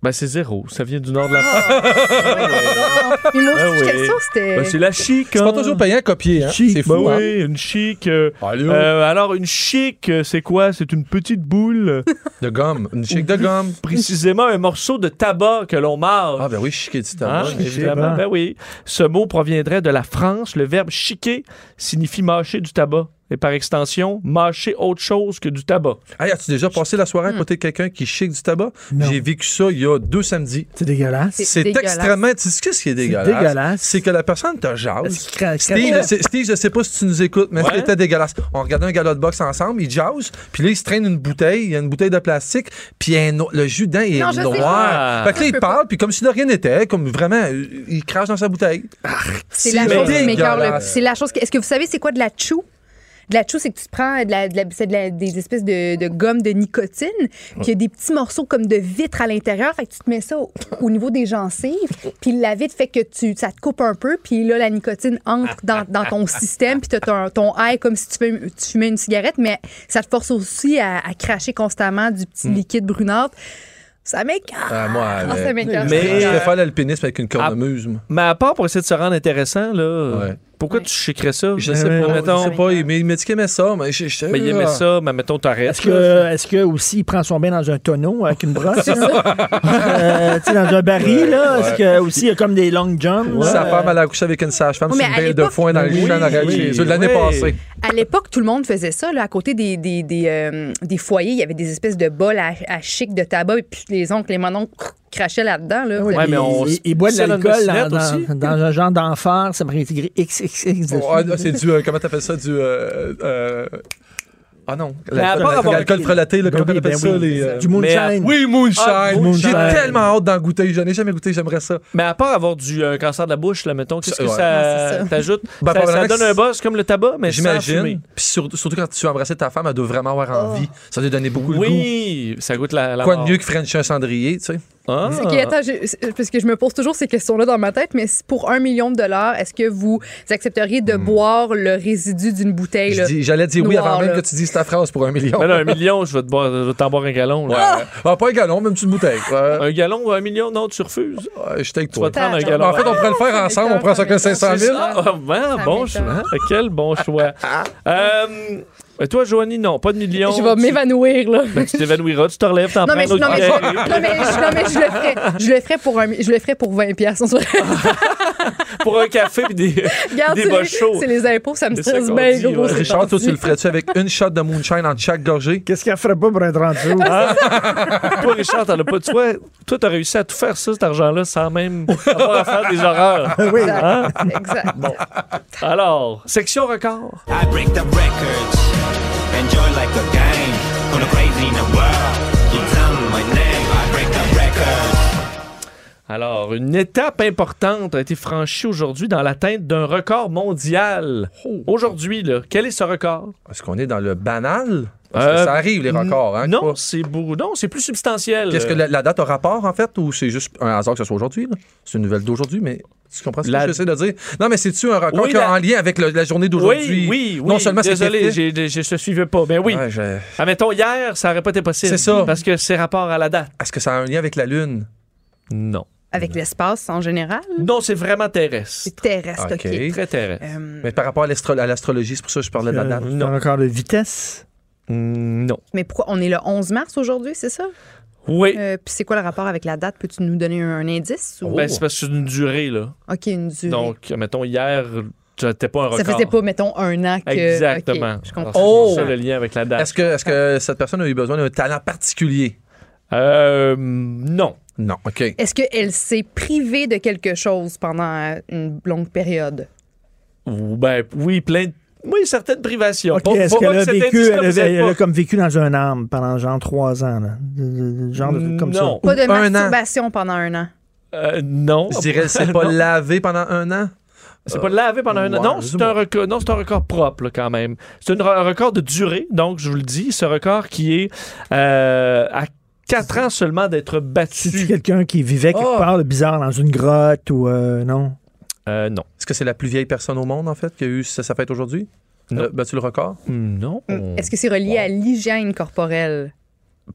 Speaker 3: Ben, c'est zéro. Ça vient du nord de la France.
Speaker 5: Mais moi aussi,
Speaker 3: Ah oui.
Speaker 5: j'étais sûre que c'était.
Speaker 3: Ben, c'est la chic.
Speaker 4: C'est
Speaker 3: hein?
Speaker 4: pas toujours payant à copier, hein?
Speaker 6: Chic,
Speaker 4: C'est
Speaker 3: Ben
Speaker 4: fou, hein? Ah,
Speaker 3: oui, une chic. euh,
Speaker 4: Allô?
Speaker 3: Euh, alors, une chic, euh, c'est quoi? C'est une petite boule, euh,
Speaker 4: De gomme. Une chic de gomme.
Speaker 3: précisément un morceau de tabac que l'on mâle.
Speaker 4: Ah, ben oui, chic et du
Speaker 3: Hein,
Speaker 4: tabac.
Speaker 3: évidemment.
Speaker 6: chic.
Speaker 3: Ben oui. Ce mot proviendrait de la France. Le verbe chiquer signifie mâcher du tabac. Et par extension, mâcher autre chose que du tabac.
Speaker 4: Hey, as-tu déjà passé la soirée à
Speaker 5: Hmm.
Speaker 4: côté de quelqu'un qui chic du tabac?
Speaker 6: Non.
Speaker 4: J'ai vécu ça il y a deux samedis.
Speaker 6: C'est dégueulasse.
Speaker 5: C'est
Speaker 4: C'est
Speaker 5: dégueulasse.
Speaker 4: extrêmement. Tu sais ce qui est dégueulasse?
Speaker 6: dégueulasse.
Speaker 4: C'est que la personne te jase.
Speaker 6: C'est cra-
Speaker 4: Steve,
Speaker 6: cra-
Speaker 4: je sais- Steve, je sais pas si tu nous écoutes, mais
Speaker 3: Ouais.
Speaker 4: c'était dégueulasse. On regardait un galop de boxe ensemble, ils jase, puis là, ils se traînent une bouteille, il y a une bouteille de plastique, puis il y a un no- le jus dedans, il est
Speaker 5: Non, je sais.
Speaker 4: noir.
Speaker 3: Ah.
Speaker 4: Fait que là, il parle, puis comme si de rien n'était, comme vraiment, euh, il crache dans sa bouteille.
Speaker 5: C'est la
Speaker 4: C'est
Speaker 5: chose qui m'écœure le
Speaker 4: dégueulasse.
Speaker 5: C'est la chose. que- Est-ce que vous savez c'est quoi de la chou? De la chou, c'est que tu prends de la, de la- c'est de la- des espèces de, de gomme de nicotine, puis il y a des petits morceaux comme de vitre à l'intérieur. Fait que tu te mets ça au, au niveau des gencives, puis la vitre fait que tu, ça te coupe un peu, puis là, la nicotine entre dans, dans ton système, puis tu ton, ton high comme si tu fumais, tu fumais une cigarette, mais ça te force aussi à, à cracher constamment du petit liquide brunâtre. Ça m'écoeure.
Speaker 4: Ah, moi,
Speaker 5: Ah, ça euh,
Speaker 4: avec.
Speaker 5: m'écoeure.
Speaker 4: Je
Speaker 3: Mais-
Speaker 4: préfère l'alpinisme avec une
Speaker 5: ah,
Speaker 4: cornemuse, moi.
Speaker 3: Mais à part pour essayer de se rendre intéressant, là,
Speaker 4: Ouais.
Speaker 3: pourquoi tu chiquerais ça?
Speaker 4: Je
Speaker 6: Ben,
Speaker 4: sais pas,
Speaker 3: Mettons,
Speaker 4: je sais pas, il- mais il m'a dit qu'il aimait ça, mais je, je-
Speaker 3: Mais il aimait ça, mais mettons, t'arrêtes.
Speaker 6: Est-ce que, est-ce que aussi il prend son bain dans un tonneau avec une brosse, là? Euh, tu sais, dans un baril, là? Est-ce que aussi il y a comme des long jumps?
Speaker 4: Sa
Speaker 6: là?
Speaker 4: femme, elle a accouché avec une sage-femme,
Speaker 5: Oui,
Speaker 4: c'est
Speaker 5: mais
Speaker 4: une
Speaker 5: à
Speaker 4: belle de
Speaker 5: l'époque-
Speaker 4: foin dans le
Speaker 6: Oui,
Speaker 4: jus en arrière de
Speaker 6: oui,
Speaker 4: chez eux l'année
Speaker 3: oui.
Speaker 4: passée.
Speaker 5: À l'époque, tout le monde faisait ça. Là, à côté des, des, des, euh, des foyers, il y avait des espèces de bols à, à chic de tabac, et puis les oncles, les mononcles crrr, crachaient là-dedans. Là.
Speaker 6: Ouais,
Speaker 3: Ouais,
Speaker 6: mais
Speaker 3: mais on
Speaker 6: il,
Speaker 3: s-
Speaker 6: il boit de
Speaker 3: ça donne
Speaker 6: l'alcool
Speaker 3: des
Speaker 6: dans,
Speaker 3: cigarettes
Speaker 6: dans- dans un genre d'enfer, ça me réintégrer XXX.
Speaker 4: Oh, ah, c'est du. euh, comment t'appelles ça? Du. euh, euh, ah non.
Speaker 3: à
Speaker 4: l'alcool-
Speaker 3: part avoir-
Speaker 4: L'alcool frelaté, là,
Speaker 6: Ben
Speaker 4: comment
Speaker 6: oui,
Speaker 4: t'appelles
Speaker 6: ben
Speaker 4: ça?
Speaker 6: oui.
Speaker 4: les, euh,
Speaker 6: Du moonshine.
Speaker 4: Oui, Moonshine.
Speaker 3: Ah,
Speaker 4: J'ai
Speaker 3: Moonshine.
Speaker 4: tellement hâte d'en goûter. J'en ai jamais goûté, j'aimerais ça.
Speaker 3: Mais à part avoir du euh, cancer de la bouche, là, mettons, qu'est-ce que
Speaker 4: Ouais.
Speaker 5: Non,
Speaker 3: ça
Speaker 5: c'est
Speaker 3: t'ajoute?
Speaker 4: Ben,
Speaker 3: ça, ça
Speaker 4: probablement
Speaker 3: donne
Speaker 4: que
Speaker 3: un
Speaker 4: c'est-
Speaker 3: buzz comme le tabac, mais sans fumer.
Speaker 4: J'imagine. Puis sur- surtout quand tu as embrassé ta femme, elle doit vraiment avoir envie. Ça doit donner beaucoup de
Speaker 3: Oui, ça goûte la, la
Speaker 4: goût. Quoi
Speaker 3: mort.
Speaker 4: de mieux que French un cendrier, tu sais?
Speaker 3: Ah.
Speaker 5: OK, attends, je- c'est- parce que je me pose toujours ces questions-là dans ma tête, mais si pour un million de dollars, est-ce que vous accepteriez
Speaker 3: Hmm.
Speaker 5: de boire le résidu d'une bouteille?
Speaker 4: Je
Speaker 5: là?
Speaker 4: dis- J'allais dire oui
Speaker 5: Noir,
Speaker 4: avant
Speaker 5: là.
Speaker 4: même que tu dises ta phrase pour un million.
Speaker 3: Ben là, un million, je vais te boire- je vais t'en boire un galon.
Speaker 4: Ouais.
Speaker 3: là.
Speaker 4: Ah, pas un galon, même une petite bouteille. Ouais.
Speaker 3: Un galon ou un million? Non, tu refuses.
Speaker 4: Ouais, je t'ai avec
Speaker 3: Tu vas
Speaker 4: toi.
Speaker 3: te prendre un
Speaker 5: Attends.
Speaker 3: galon.
Speaker 4: En fait, on pourrait le faire
Speaker 5: Ça
Speaker 4: ensemble. On
Speaker 5: m'étonne,
Speaker 4: prend ça
Speaker 5: ça
Speaker 4: que
Speaker 5: m'étonne.
Speaker 4: 500 000.
Speaker 5: C'est ça.
Speaker 3: Ah, ben,
Speaker 5: Ça
Speaker 3: bon choix.
Speaker 5: m'étonne.
Speaker 3: Quel bon choix. Euh, toi, Joanie, non, pas de million.
Speaker 5: Je vais
Speaker 3: Tu-
Speaker 5: m'évanouir, là.
Speaker 3: Ben, tu t'évanouiras, tu te relèves, t'en
Speaker 5: Non
Speaker 3: prends
Speaker 5: mais,
Speaker 3: un
Speaker 5: je-
Speaker 3: autre
Speaker 5: non, mais je,
Speaker 3: bouteille.
Speaker 5: non, mais je- non, mais je le ferais. Je le ferais pour, un, je le ferais pour 20 piastres.
Speaker 3: Pour un café puis des,
Speaker 5: Regarde,
Speaker 3: Ah, des
Speaker 5: c'est
Speaker 3: bas
Speaker 5: les-
Speaker 3: chauds.
Speaker 5: c'est les impôts, ça me
Speaker 3: C'est ça
Speaker 5: stresse
Speaker 3: qu'on
Speaker 5: bien
Speaker 3: dit,
Speaker 5: gros.
Speaker 3: ouais.
Speaker 5: c'est
Speaker 4: Richard, toi,
Speaker 5: parti.
Speaker 4: tu le ferais-tu avec une shot de moonshine en chaque gorgée?
Speaker 6: Qu'est-ce qu'elle ferait pas pour un 30 jours?
Speaker 3: Ah, Toi, Richard, t'en as pas. Tu vois, toi, t'as réussi à tout faire ça, cet argent-là, sans même avoir à faire des horreurs.
Speaker 6: Ah, oui.
Speaker 3: ah,
Speaker 5: Exact.
Speaker 3: Alors, section record.
Speaker 8: I break the records and join like a gang. Going crazy in the world. You tell my name. I break the records.
Speaker 3: Alors, une étape importante a été franchie aujourd'hui dans l'atteinte d'un record mondial.
Speaker 5: Oh.
Speaker 3: Aujourd'hui, là, quel est ce record?
Speaker 4: Est-ce qu'on est dans le banal? Parce que
Speaker 3: Euh,
Speaker 4: ça arrive, les records. Hein,
Speaker 3: non,
Speaker 4: quoi.
Speaker 3: c'est beaucoup- non, c'est plus substantiel.
Speaker 4: Qu'est-ce que la, la date a rapport, en fait, ou c'est juste un hasard que ce soit aujourd'hui? là? C'est une nouvelle d'aujourd'hui, mais tu comprends ce que
Speaker 3: La-
Speaker 4: j'essaie de dire? Non, mais c'est-tu un record
Speaker 3: Oui,
Speaker 4: qui a
Speaker 3: la-
Speaker 4: en lien avec le- la journée
Speaker 3: Oui,
Speaker 4: d'aujourd'hui?
Speaker 3: oui, oui.
Speaker 4: Non seulement c'est
Speaker 3: Désolé,
Speaker 4: fait-
Speaker 3: j'ai- j'ai- je ne suivais pas. Mais oui.
Speaker 4: Ouais, je-
Speaker 3: Admettons, hier, ça n'aurait pas été possible.
Speaker 4: C'est ça.
Speaker 3: Parce que c'est rapport à la date.
Speaker 4: Est-ce que ça a un lien avec la Lune?
Speaker 3: Non.
Speaker 5: Avec l'espace en général,
Speaker 3: Non, c'est vraiment terrestre.
Speaker 5: c'est terrestre, OK.
Speaker 4: OK.
Speaker 3: Très terrestre.
Speaker 5: Euh,
Speaker 4: Mais par rapport à l'astro- à l'astrologie, c'est pour ça que je parlais de la
Speaker 3: Euh,
Speaker 4: date.
Speaker 6: Un record de vitesse.
Speaker 3: Mm, Non.
Speaker 5: mais pourquoi on est le 11 mars aujourd'hui, c'est ça?
Speaker 3: Oui.
Speaker 5: Euh, Puis c'est quoi le rapport avec la date? Peux-tu nous donner un, un indice? ou-
Speaker 3: Ben, c'est parce que c'est une durée, là.
Speaker 5: OK, une oh. durée.
Speaker 3: Donc, mettons, hier, t'étais pas un record.
Speaker 5: ça faisait pas, mettons, un an que.
Speaker 3: Exactement.
Speaker 5: OK, je comprends.
Speaker 3: Alors, C'est
Speaker 4: Oh!
Speaker 3: ça le lien avec la date.
Speaker 4: Est-ce que, est-ce que cette personne a eu besoin d'un talent particulier?
Speaker 3: Euh, non.
Speaker 4: Non, OK.
Speaker 5: Est-ce qu'elle s'est privée de quelque chose pendant euh, une longue période?
Speaker 3: Ou Ben, oui, plein de... Oui, certaines privations.
Speaker 6: Ok,
Speaker 3: Pas-
Speaker 6: Est-ce
Speaker 3: pas
Speaker 6: qu'elle
Speaker 3: que
Speaker 6: a
Speaker 3: cet
Speaker 6: vécu,
Speaker 3: indice-là
Speaker 6: elle a,
Speaker 3: vous aide
Speaker 6: elle a
Speaker 3: pas.
Speaker 6: comme vécu dans un arbre pendant genre trois ans, là. De- de- de- Genre de- comme
Speaker 3: Mm, Non.
Speaker 5: Pas de
Speaker 4: un an.
Speaker 5: masturbation pendant un an.
Speaker 3: Euh, non.
Speaker 4: Je dirais, c'est pas lavé pendant un an?
Speaker 3: C'est pas lavé pendant un an.
Speaker 4: Ouais,
Speaker 3: Non, c'est
Speaker 4: dis-moi.
Speaker 3: un record, non, c'est un record propre là, quand même. C'est une- un record de durée, donc je vous le dis, ce record qui est euh, à 4 ans seulement d'être
Speaker 6: C'est
Speaker 3: battu.
Speaker 6: quelqu'un qui vivait quelque
Speaker 4: Oh!
Speaker 3: Ah.
Speaker 6: part de bizarre dans une grotte ou euh, non?
Speaker 3: Euh, non.
Speaker 4: Est-ce que c'est la plus vieille personne au monde, en fait, qui a eu sa, sa fête aujourd'hui?
Speaker 3: Non.
Speaker 4: Elle a battu le record?
Speaker 3: Non.
Speaker 5: Euh, Mm. Est-ce que c'est relié à l'hygiène corporelle?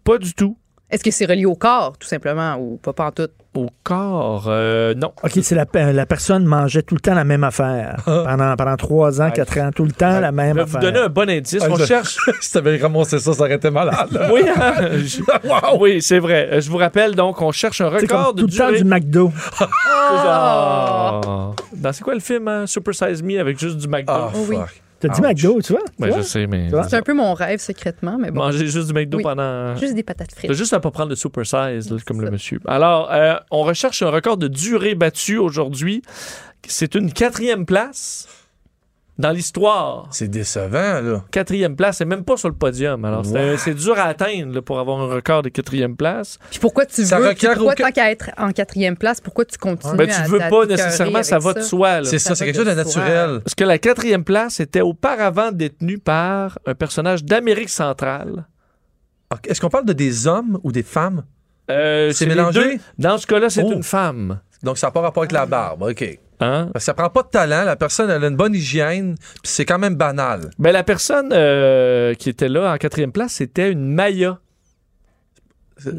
Speaker 3: Pas du tout.
Speaker 5: Est-ce que c'est relié au corps, tout simplement, ou pas pantoute?
Speaker 3: Au corps, euh, non.
Speaker 6: OK, c'est la, pe- la personne mangeait tout le temps la même affaire.
Speaker 3: Ah.
Speaker 6: pendant, pendant trois ans, quatre ans, tout le temps la même
Speaker 3: Je vais vous
Speaker 6: affaire.
Speaker 3: donner un bon indice.
Speaker 4: Ah,
Speaker 3: On
Speaker 4: je-
Speaker 3: cherche.
Speaker 4: si t'avais ramassé ça, ça aurait été malade.
Speaker 3: Oui, hein? Je- oui c'est vrai. Euh, Je vous rappelle, donc, on cherche un
Speaker 6: C'est comme
Speaker 3: record de
Speaker 6: tout le temps
Speaker 3: durée.
Speaker 6: du McDo.
Speaker 3: Ah! Dans c'est quoi le film, hein? Super Size Me, avec juste du McDo?
Speaker 4: Ah,
Speaker 5: Oh, Oui.
Speaker 4: fuck.
Speaker 6: T'as dit
Speaker 4: Ouch.
Speaker 6: McDo, tu vois?
Speaker 3: Ben, je sais, mais.
Speaker 6: Tu vois?
Speaker 5: C'est un peu mon rêve secrètement, mais bon.
Speaker 3: Manger juste du McDo
Speaker 5: Oui.
Speaker 3: pendant.
Speaker 5: Juste des patates frites.
Speaker 3: T'as juste à pas prendre le super size, là, comme
Speaker 5: ça.
Speaker 3: le monsieur. Alors, euh, on recherche un record de durée battue aujourd'hui. C'est une quatrième place. dans l'histoire.
Speaker 4: C'est décevant, là.
Speaker 3: Quatrième place, c'est même pas sur le podium. Alors, c'est- c'est dur à atteindre là, pour avoir un record de quatrième place.
Speaker 5: Puis pourquoi tu
Speaker 4: Ça
Speaker 5: veux, puis
Speaker 4: requiert
Speaker 5: pourquoi
Speaker 4: aucun-
Speaker 5: tant qu'à être en quatrième place, pourquoi tu continues
Speaker 3: Mais Ben, tu
Speaker 5: à
Speaker 3: veux
Speaker 5: à
Speaker 3: pas
Speaker 5: t'écœurer
Speaker 3: nécessairement,
Speaker 5: avec
Speaker 3: ça va de soi. là.
Speaker 4: C'est ça, c'est quelque chose de naturel.
Speaker 3: Parce que la quatrième place était auparavant détenue par un personnage d'Amérique centrale.
Speaker 4: Ok, Est-ce qu'on parle de des hommes ou des femmes?
Speaker 3: Euh,
Speaker 4: C'est
Speaker 3: les
Speaker 4: mélangé?
Speaker 3: deux. Dans ce cas-là, c'est
Speaker 4: Oh.
Speaker 3: une femme.
Speaker 4: Donc, ça n'a pas rapport avec la barbe, OK.
Speaker 3: Hein?
Speaker 4: Parce que ça prend pas de talent, la personne, elle a une bonne hygiène, puis c'est quand même banal.
Speaker 3: Ben, la personne euh, qui était là en quatrième place, c'était une Maya.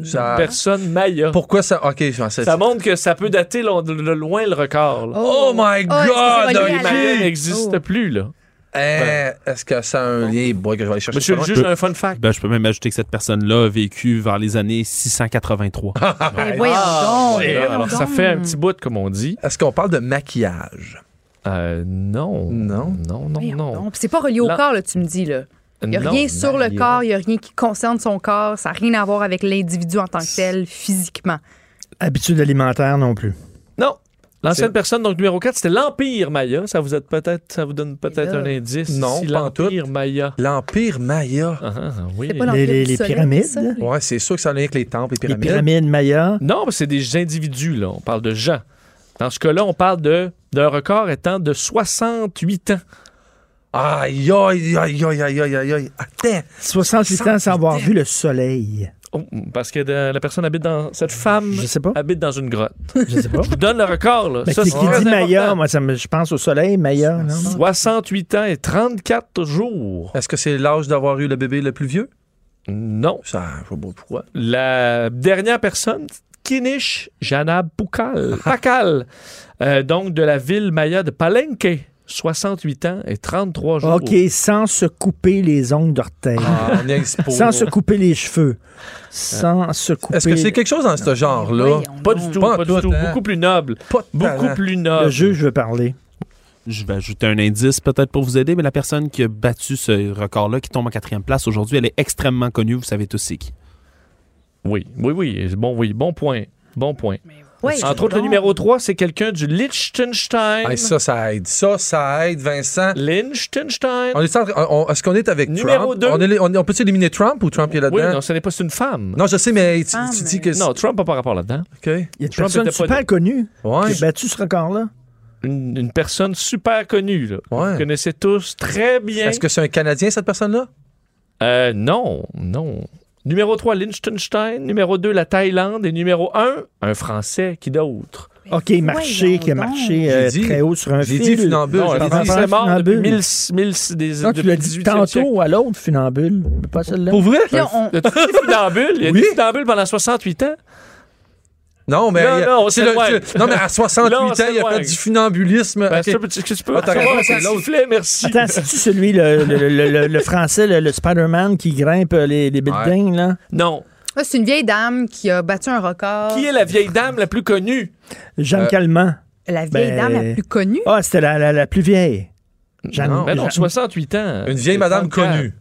Speaker 4: Ça-
Speaker 3: Personne Maya.
Speaker 4: Pourquoi ça... OK, je pensais...
Speaker 3: Ça montre que ça peut dater lo- de de loin le record. là.
Speaker 4: Oh my
Speaker 5: Oh, est-ce que
Speaker 4: God!
Speaker 5: c'est relié
Speaker 4: ok.
Speaker 5: à la-
Speaker 3: Maya n'existe
Speaker 5: Oh.
Speaker 3: plus, là.
Speaker 4: Hein, Est-ce que ça a un lien? Boy, que je vais aller chercher
Speaker 3: Monsieur
Speaker 4: ça
Speaker 3: le
Speaker 4: loin.
Speaker 3: juge, un fun fact.
Speaker 9: Ben, je peux même ajouter que cette personne-là a vécu vers les années 683.
Speaker 4: Ah.
Speaker 5: Ben voyons donc,
Speaker 3: Ah, Ouais,
Speaker 5: voyons
Speaker 3: alors, ça
Speaker 5: donc.
Speaker 3: fait un petit bout, comme on dit.
Speaker 4: Est-ce qu'on parle de maquillage?
Speaker 3: Euh, non.
Speaker 4: Non.
Speaker 3: Non, non,
Speaker 5: Voyons
Speaker 3: non.
Speaker 5: donc. Puis c'est pas relié au
Speaker 3: Là-
Speaker 5: corps, là, tu me dis, là. Il n'y a
Speaker 3: Non,
Speaker 5: rien sur le
Speaker 3: Maya.
Speaker 5: corps, il n'y a rien qui concerne son corps, ça n'a rien à voir avec l'individu en tant que tel, physiquement.
Speaker 6: Habitude alimentaire non plus.
Speaker 3: Non. L'ancienne personne, donc numéro 4, c'était l'Empire Maya. Ça vous, êtes peut-être, ça vous donne peut-être
Speaker 5: là-
Speaker 3: un indice.
Speaker 4: Non,
Speaker 3: ici,
Speaker 4: pas en tout.
Speaker 3: l'Empire Maya.
Speaker 4: L'Empire Maya.
Speaker 3: Ah, ah, oui.
Speaker 5: C'est pas
Speaker 6: Les,
Speaker 5: l'Empire
Speaker 6: les-
Speaker 5: du
Speaker 6: les
Speaker 5: Soleil,
Speaker 6: pyramides,
Speaker 5: ça?
Speaker 4: Ouais, c'est sûr que ça a un lien avec les temples, les
Speaker 6: les
Speaker 4: pyramides.
Speaker 6: pyramides mayas.
Speaker 3: Non, mais c'est des individus, là. On parle de gens. Dans ce cas-là, on parle de, d'un record étant de 68 ans.
Speaker 4: Aïe, aïe, aïe, aïe, aïe, aïe, aïe, aïe. Attends.
Speaker 6: 68 ans sans avoir vu le soleil.
Speaker 3: Oh, parce que de- la personne habite dans. Cette femme
Speaker 6: Je sais pas.
Speaker 3: habite dans une grotte.
Speaker 6: Je sais pas.
Speaker 3: Ah, Je vous donne le record, là.
Speaker 6: Mais
Speaker 3: Ça,
Speaker 6: qui,
Speaker 3: c'est
Speaker 6: qui
Speaker 3: très
Speaker 6: dit Maya,
Speaker 3: important.
Speaker 6: moi, ça me- je pense au soleil, Maya, non?
Speaker 3: 68 ans et 34 jours.
Speaker 4: Est-ce que c'est l'âge d'avoir eu le bébé le plus vieux?
Speaker 3: Non.
Speaker 4: Ça, je sais pas pourquoi.
Speaker 3: La dernière personne, Kinish Janab
Speaker 6: Ah.
Speaker 3: Pukal, Pakal, euh, donc de la ville maya de Palenque, 68 ans et 33 jours.
Speaker 6: Ah, OK, sans se couper les ongles d'orteil.
Speaker 4: Ah, on expo.
Speaker 6: Sans se couper les
Speaker 3: Euh,
Speaker 6: cheveux. Sans se couper
Speaker 4: Est-ce que c'est quelque chose dans ce genre-là?
Speaker 5: Voyons
Speaker 3: Pas
Speaker 5: donc.
Speaker 3: du tout,
Speaker 4: Pas en
Speaker 3: pas, du
Speaker 4: tout,
Speaker 3: tout.
Speaker 4: hein.
Speaker 3: Beaucoup plus noble.
Speaker 4: Pas de
Speaker 3: Beaucoup
Speaker 4: talent.
Speaker 3: plus
Speaker 6: le
Speaker 3: noble.
Speaker 6: juge veut parler?
Speaker 9: Je vais ajouter un indice peut-être pour vous aider, mais la personne qui a battu ce record-là, qui tombe en quatrième place aujourd'hui, elle est extrêmement connue, vous savez tous c'est qui.
Speaker 3: Oui, oui, oui. Bon, oui, bon point. Bon point.
Speaker 5: Ouais,
Speaker 3: Entre autres, le
Speaker 5: donc.
Speaker 3: numéro 3, c'est quelqu'un du Liechtenstein.
Speaker 4: Hey, Ah, ça, ça aide. Ça, ça aide, Vincent.
Speaker 3: Liechtenstein.
Speaker 4: On est en- on- on- Est-ce qu'on est avec
Speaker 3: Numéro
Speaker 4: Trump?
Speaker 3: deux.
Speaker 4: On, est- on, on peut-tu éliminer Trump ou Trump est
Speaker 3: Oui,
Speaker 4: là-dedans?
Speaker 3: non, ce n'est pas c'est une femme.
Speaker 4: non. je sais, mais tu,
Speaker 5: Ah,
Speaker 4: tu
Speaker 5: mais-
Speaker 4: dis que... c'est-
Speaker 3: Non, Trump n'a pas rapport là-dedans.
Speaker 4: OK. Ouais.
Speaker 6: Il y a une
Speaker 3: Trump
Speaker 6: personne
Speaker 3: était pas
Speaker 6: super
Speaker 3: là.
Speaker 6: connue qui a battu ce record-là.
Speaker 3: Une, une personne super connue. Là.
Speaker 4: Ouais.
Speaker 3: Vous connaissez tous très bien.
Speaker 4: Est-ce que c'est un Canadien, cette personne-là?
Speaker 3: Euh, non, non. Numéro 3, Liechtenstein. Numéro 2, la Thaïlande. Et numéro 1, un Français. Qui d'autre?
Speaker 6: OK, marché,
Speaker 5: voyons
Speaker 6: qui a
Speaker 5: donc.
Speaker 6: marché euh,
Speaker 4: J'ai dit-
Speaker 6: très haut sur un
Speaker 4: J'ai
Speaker 6: fil.
Speaker 4: dit funambule.
Speaker 3: Non,
Speaker 4: j'ai
Speaker 3: un
Speaker 4: dit-
Speaker 6: Français.
Speaker 3: Français est mort depuis
Speaker 6: Funambule.
Speaker 3: 1000, 1000, des,
Speaker 6: Non, tu
Speaker 3: depuis
Speaker 6: l'as
Speaker 3: le
Speaker 6: dit
Speaker 3: 18e siècle.
Speaker 6: tantôt à l'autre, funambule, mais pas celle-là.
Speaker 3: Pour vrai?
Speaker 5: Là, on-
Speaker 3: As-tu dit funambule? Il y a
Speaker 4: Oui.
Speaker 3: des funambules pendant 68 ans.
Speaker 4: Non, mais,
Speaker 3: Non,
Speaker 4: il-
Speaker 3: non, on
Speaker 4: c'est le-
Speaker 3: s'éloigne.
Speaker 4: c'est- non, mais à 68
Speaker 3: Là, on
Speaker 4: ans, il a
Speaker 3: s'éloigne.
Speaker 4: fait du funambulisme.
Speaker 3: Ben,
Speaker 4: OK.
Speaker 3: ça, est-ce que tu peux
Speaker 4: Ah, t'as
Speaker 3: avoir
Speaker 4: raison,
Speaker 3: un
Speaker 4: c'est l'autre.
Speaker 3: sifflet? Merci.
Speaker 6: Attends, c'est-tu celui, le, le- le- le- le français, le, le Spider-Man qui grimpe euh, les, les buildings, là?
Speaker 3: Non.
Speaker 5: Ah, c'est une vieille dame qui a battu un record.
Speaker 3: Qui est la vieille dame la plus connue?
Speaker 6: Jeanne
Speaker 3: Euh,
Speaker 6: Calment.
Speaker 5: La vieille
Speaker 6: Ben-
Speaker 5: dame la plus connue.
Speaker 6: Ah, c'était la, la- la plus vieille. Jeanne,
Speaker 3: Non, ben non,
Speaker 6: Jeanne-
Speaker 3: 68 ans.
Speaker 4: Une vieille madame connue.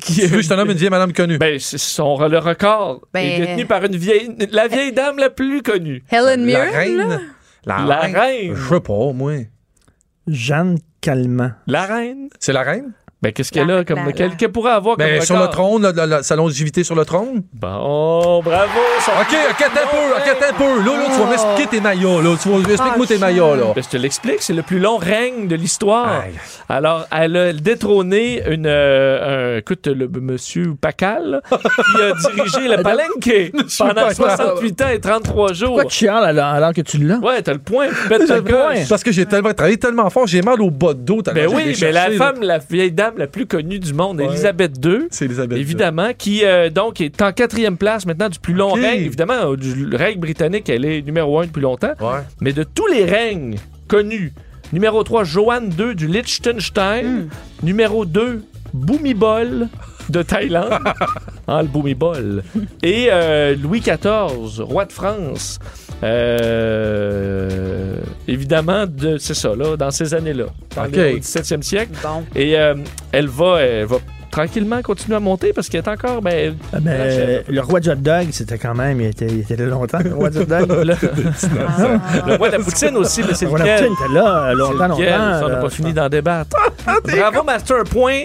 Speaker 3: Qui
Speaker 4: Tu veux que je te nomme une vieille madame connue?
Speaker 3: Ben, c'est son, le record
Speaker 5: Ben-
Speaker 3: est détenu par une vieille, la vieille dame la plus connue.
Speaker 5: Helen
Speaker 4: la
Speaker 5: Mirren,
Speaker 4: reine.
Speaker 5: là.
Speaker 4: La,
Speaker 3: La
Speaker 4: reine.
Speaker 3: reine.
Speaker 4: Ah, Je sais pas, moi.
Speaker 6: Jeanne Calment.
Speaker 3: La reine?
Speaker 4: C'est la reine?
Speaker 3: Ben, qu'est-ce qu'elle
Speaker 5: La-
Speaker 3: a comme.
Speaker 5: la-
Speaker 3: Quel
Speaker 5: la-
Speaker 3: qu'elle pourrait avoir comme.
Speaker 4: Ben, sur le
Speaker 3: record?
Speaker 4: trône, là, la, la- sa longévité sur le trône.
Speaker 3: Bon, bravo, ça.
Speaker 4: OK, OK, t'es un peu, OK, t'es un peu. Là, là, tu vas m'expliquer tes maillots, là. Tu vas, explique-moi tes maillots, là.
Speaker 3: Ben, je te l'explique, c'est le plus long règne de l'histoire.
Speaker 4: Aïe.
Speaker 3: Alors, elle a détrôné une, euh, un- écoute, le b- monsieur Pacal, là, qui a dirigé le Palenque pendant
Speaker 4: Pacal.
Speaker 3: 68 ans et 33 jours.
Speaker 6: Pourquoi tu chiales alors, alors que tu l'as?
Speaker 3: Ouais, t'as le point. Pète ta
Speaker 6: le point.
Speaker 3: coche.
Speaker 4: Parce que j'ai tellement travaillé tellement fort, j'ai mal au bas de dos. t'as
Speaker 3: Ben
Speaker 4: l'air, j'ai
Speaker 3: oui,
Speaker 4: été
Speaker 3: mais la
Speaker 4: chercher, là.
Speaker 3: femme, la vieille dame la plus connue du monde, Elisabeth II,
Speaker 4: C'est Elisabeth.
Speaker 3: évidemment, qui euh, donc est en quatrième place maintenant du plus long
Speaker 4: Ok.
Speaker 3: règne. Évidemment, euh, du règne britannique, elle est numéro un depuis longtemps.
Speaker 4: Ouais.
Speaker 3: Mais de tous les règnes connus, numéro 3, Joanne II du
Speaker 6: Hmm.
Speaker 3: Liechtenstein. Numéro 2, Bhumibol de Thaïlande. ah, le Bhumibol. Et euh, Louis XIV, roi de France. Euh, évidemment, de- c'est ça, là, dans ces années-là, dans
Speaker 4: Ok.
Speaker 3: le 17e siècle.
Speaker 5: Bon.
Speaker 3: Et euh, elle va, elle va tranquillement continue à monter parce qu'il est encore. Ben,
Speaker 6: Ah, ben, euh, le roi du hot dog, c'était quand même, il était, il était là longtemps, le roi du hot dog.
Speaker 3: le,
Speaker 5: Ah.
Speaker 3: le roi de la poutine aussi, mais c'est
Speaker 6: Le roi de la
Speaker 3: lequel?
Speaker 6: poutine était là euh,
Speaker 3: C'est
Speaker 6: longtemps, longtemps. euh,
Speaker 3: lequel? Ça, on n'a
Speaker 6: là,
Speaker 3: pas
Speaker 6: je
Speaker 3: fini
Speaker 6: pense.
Speaker 3: d'en débattre. Bravo, Master. Un point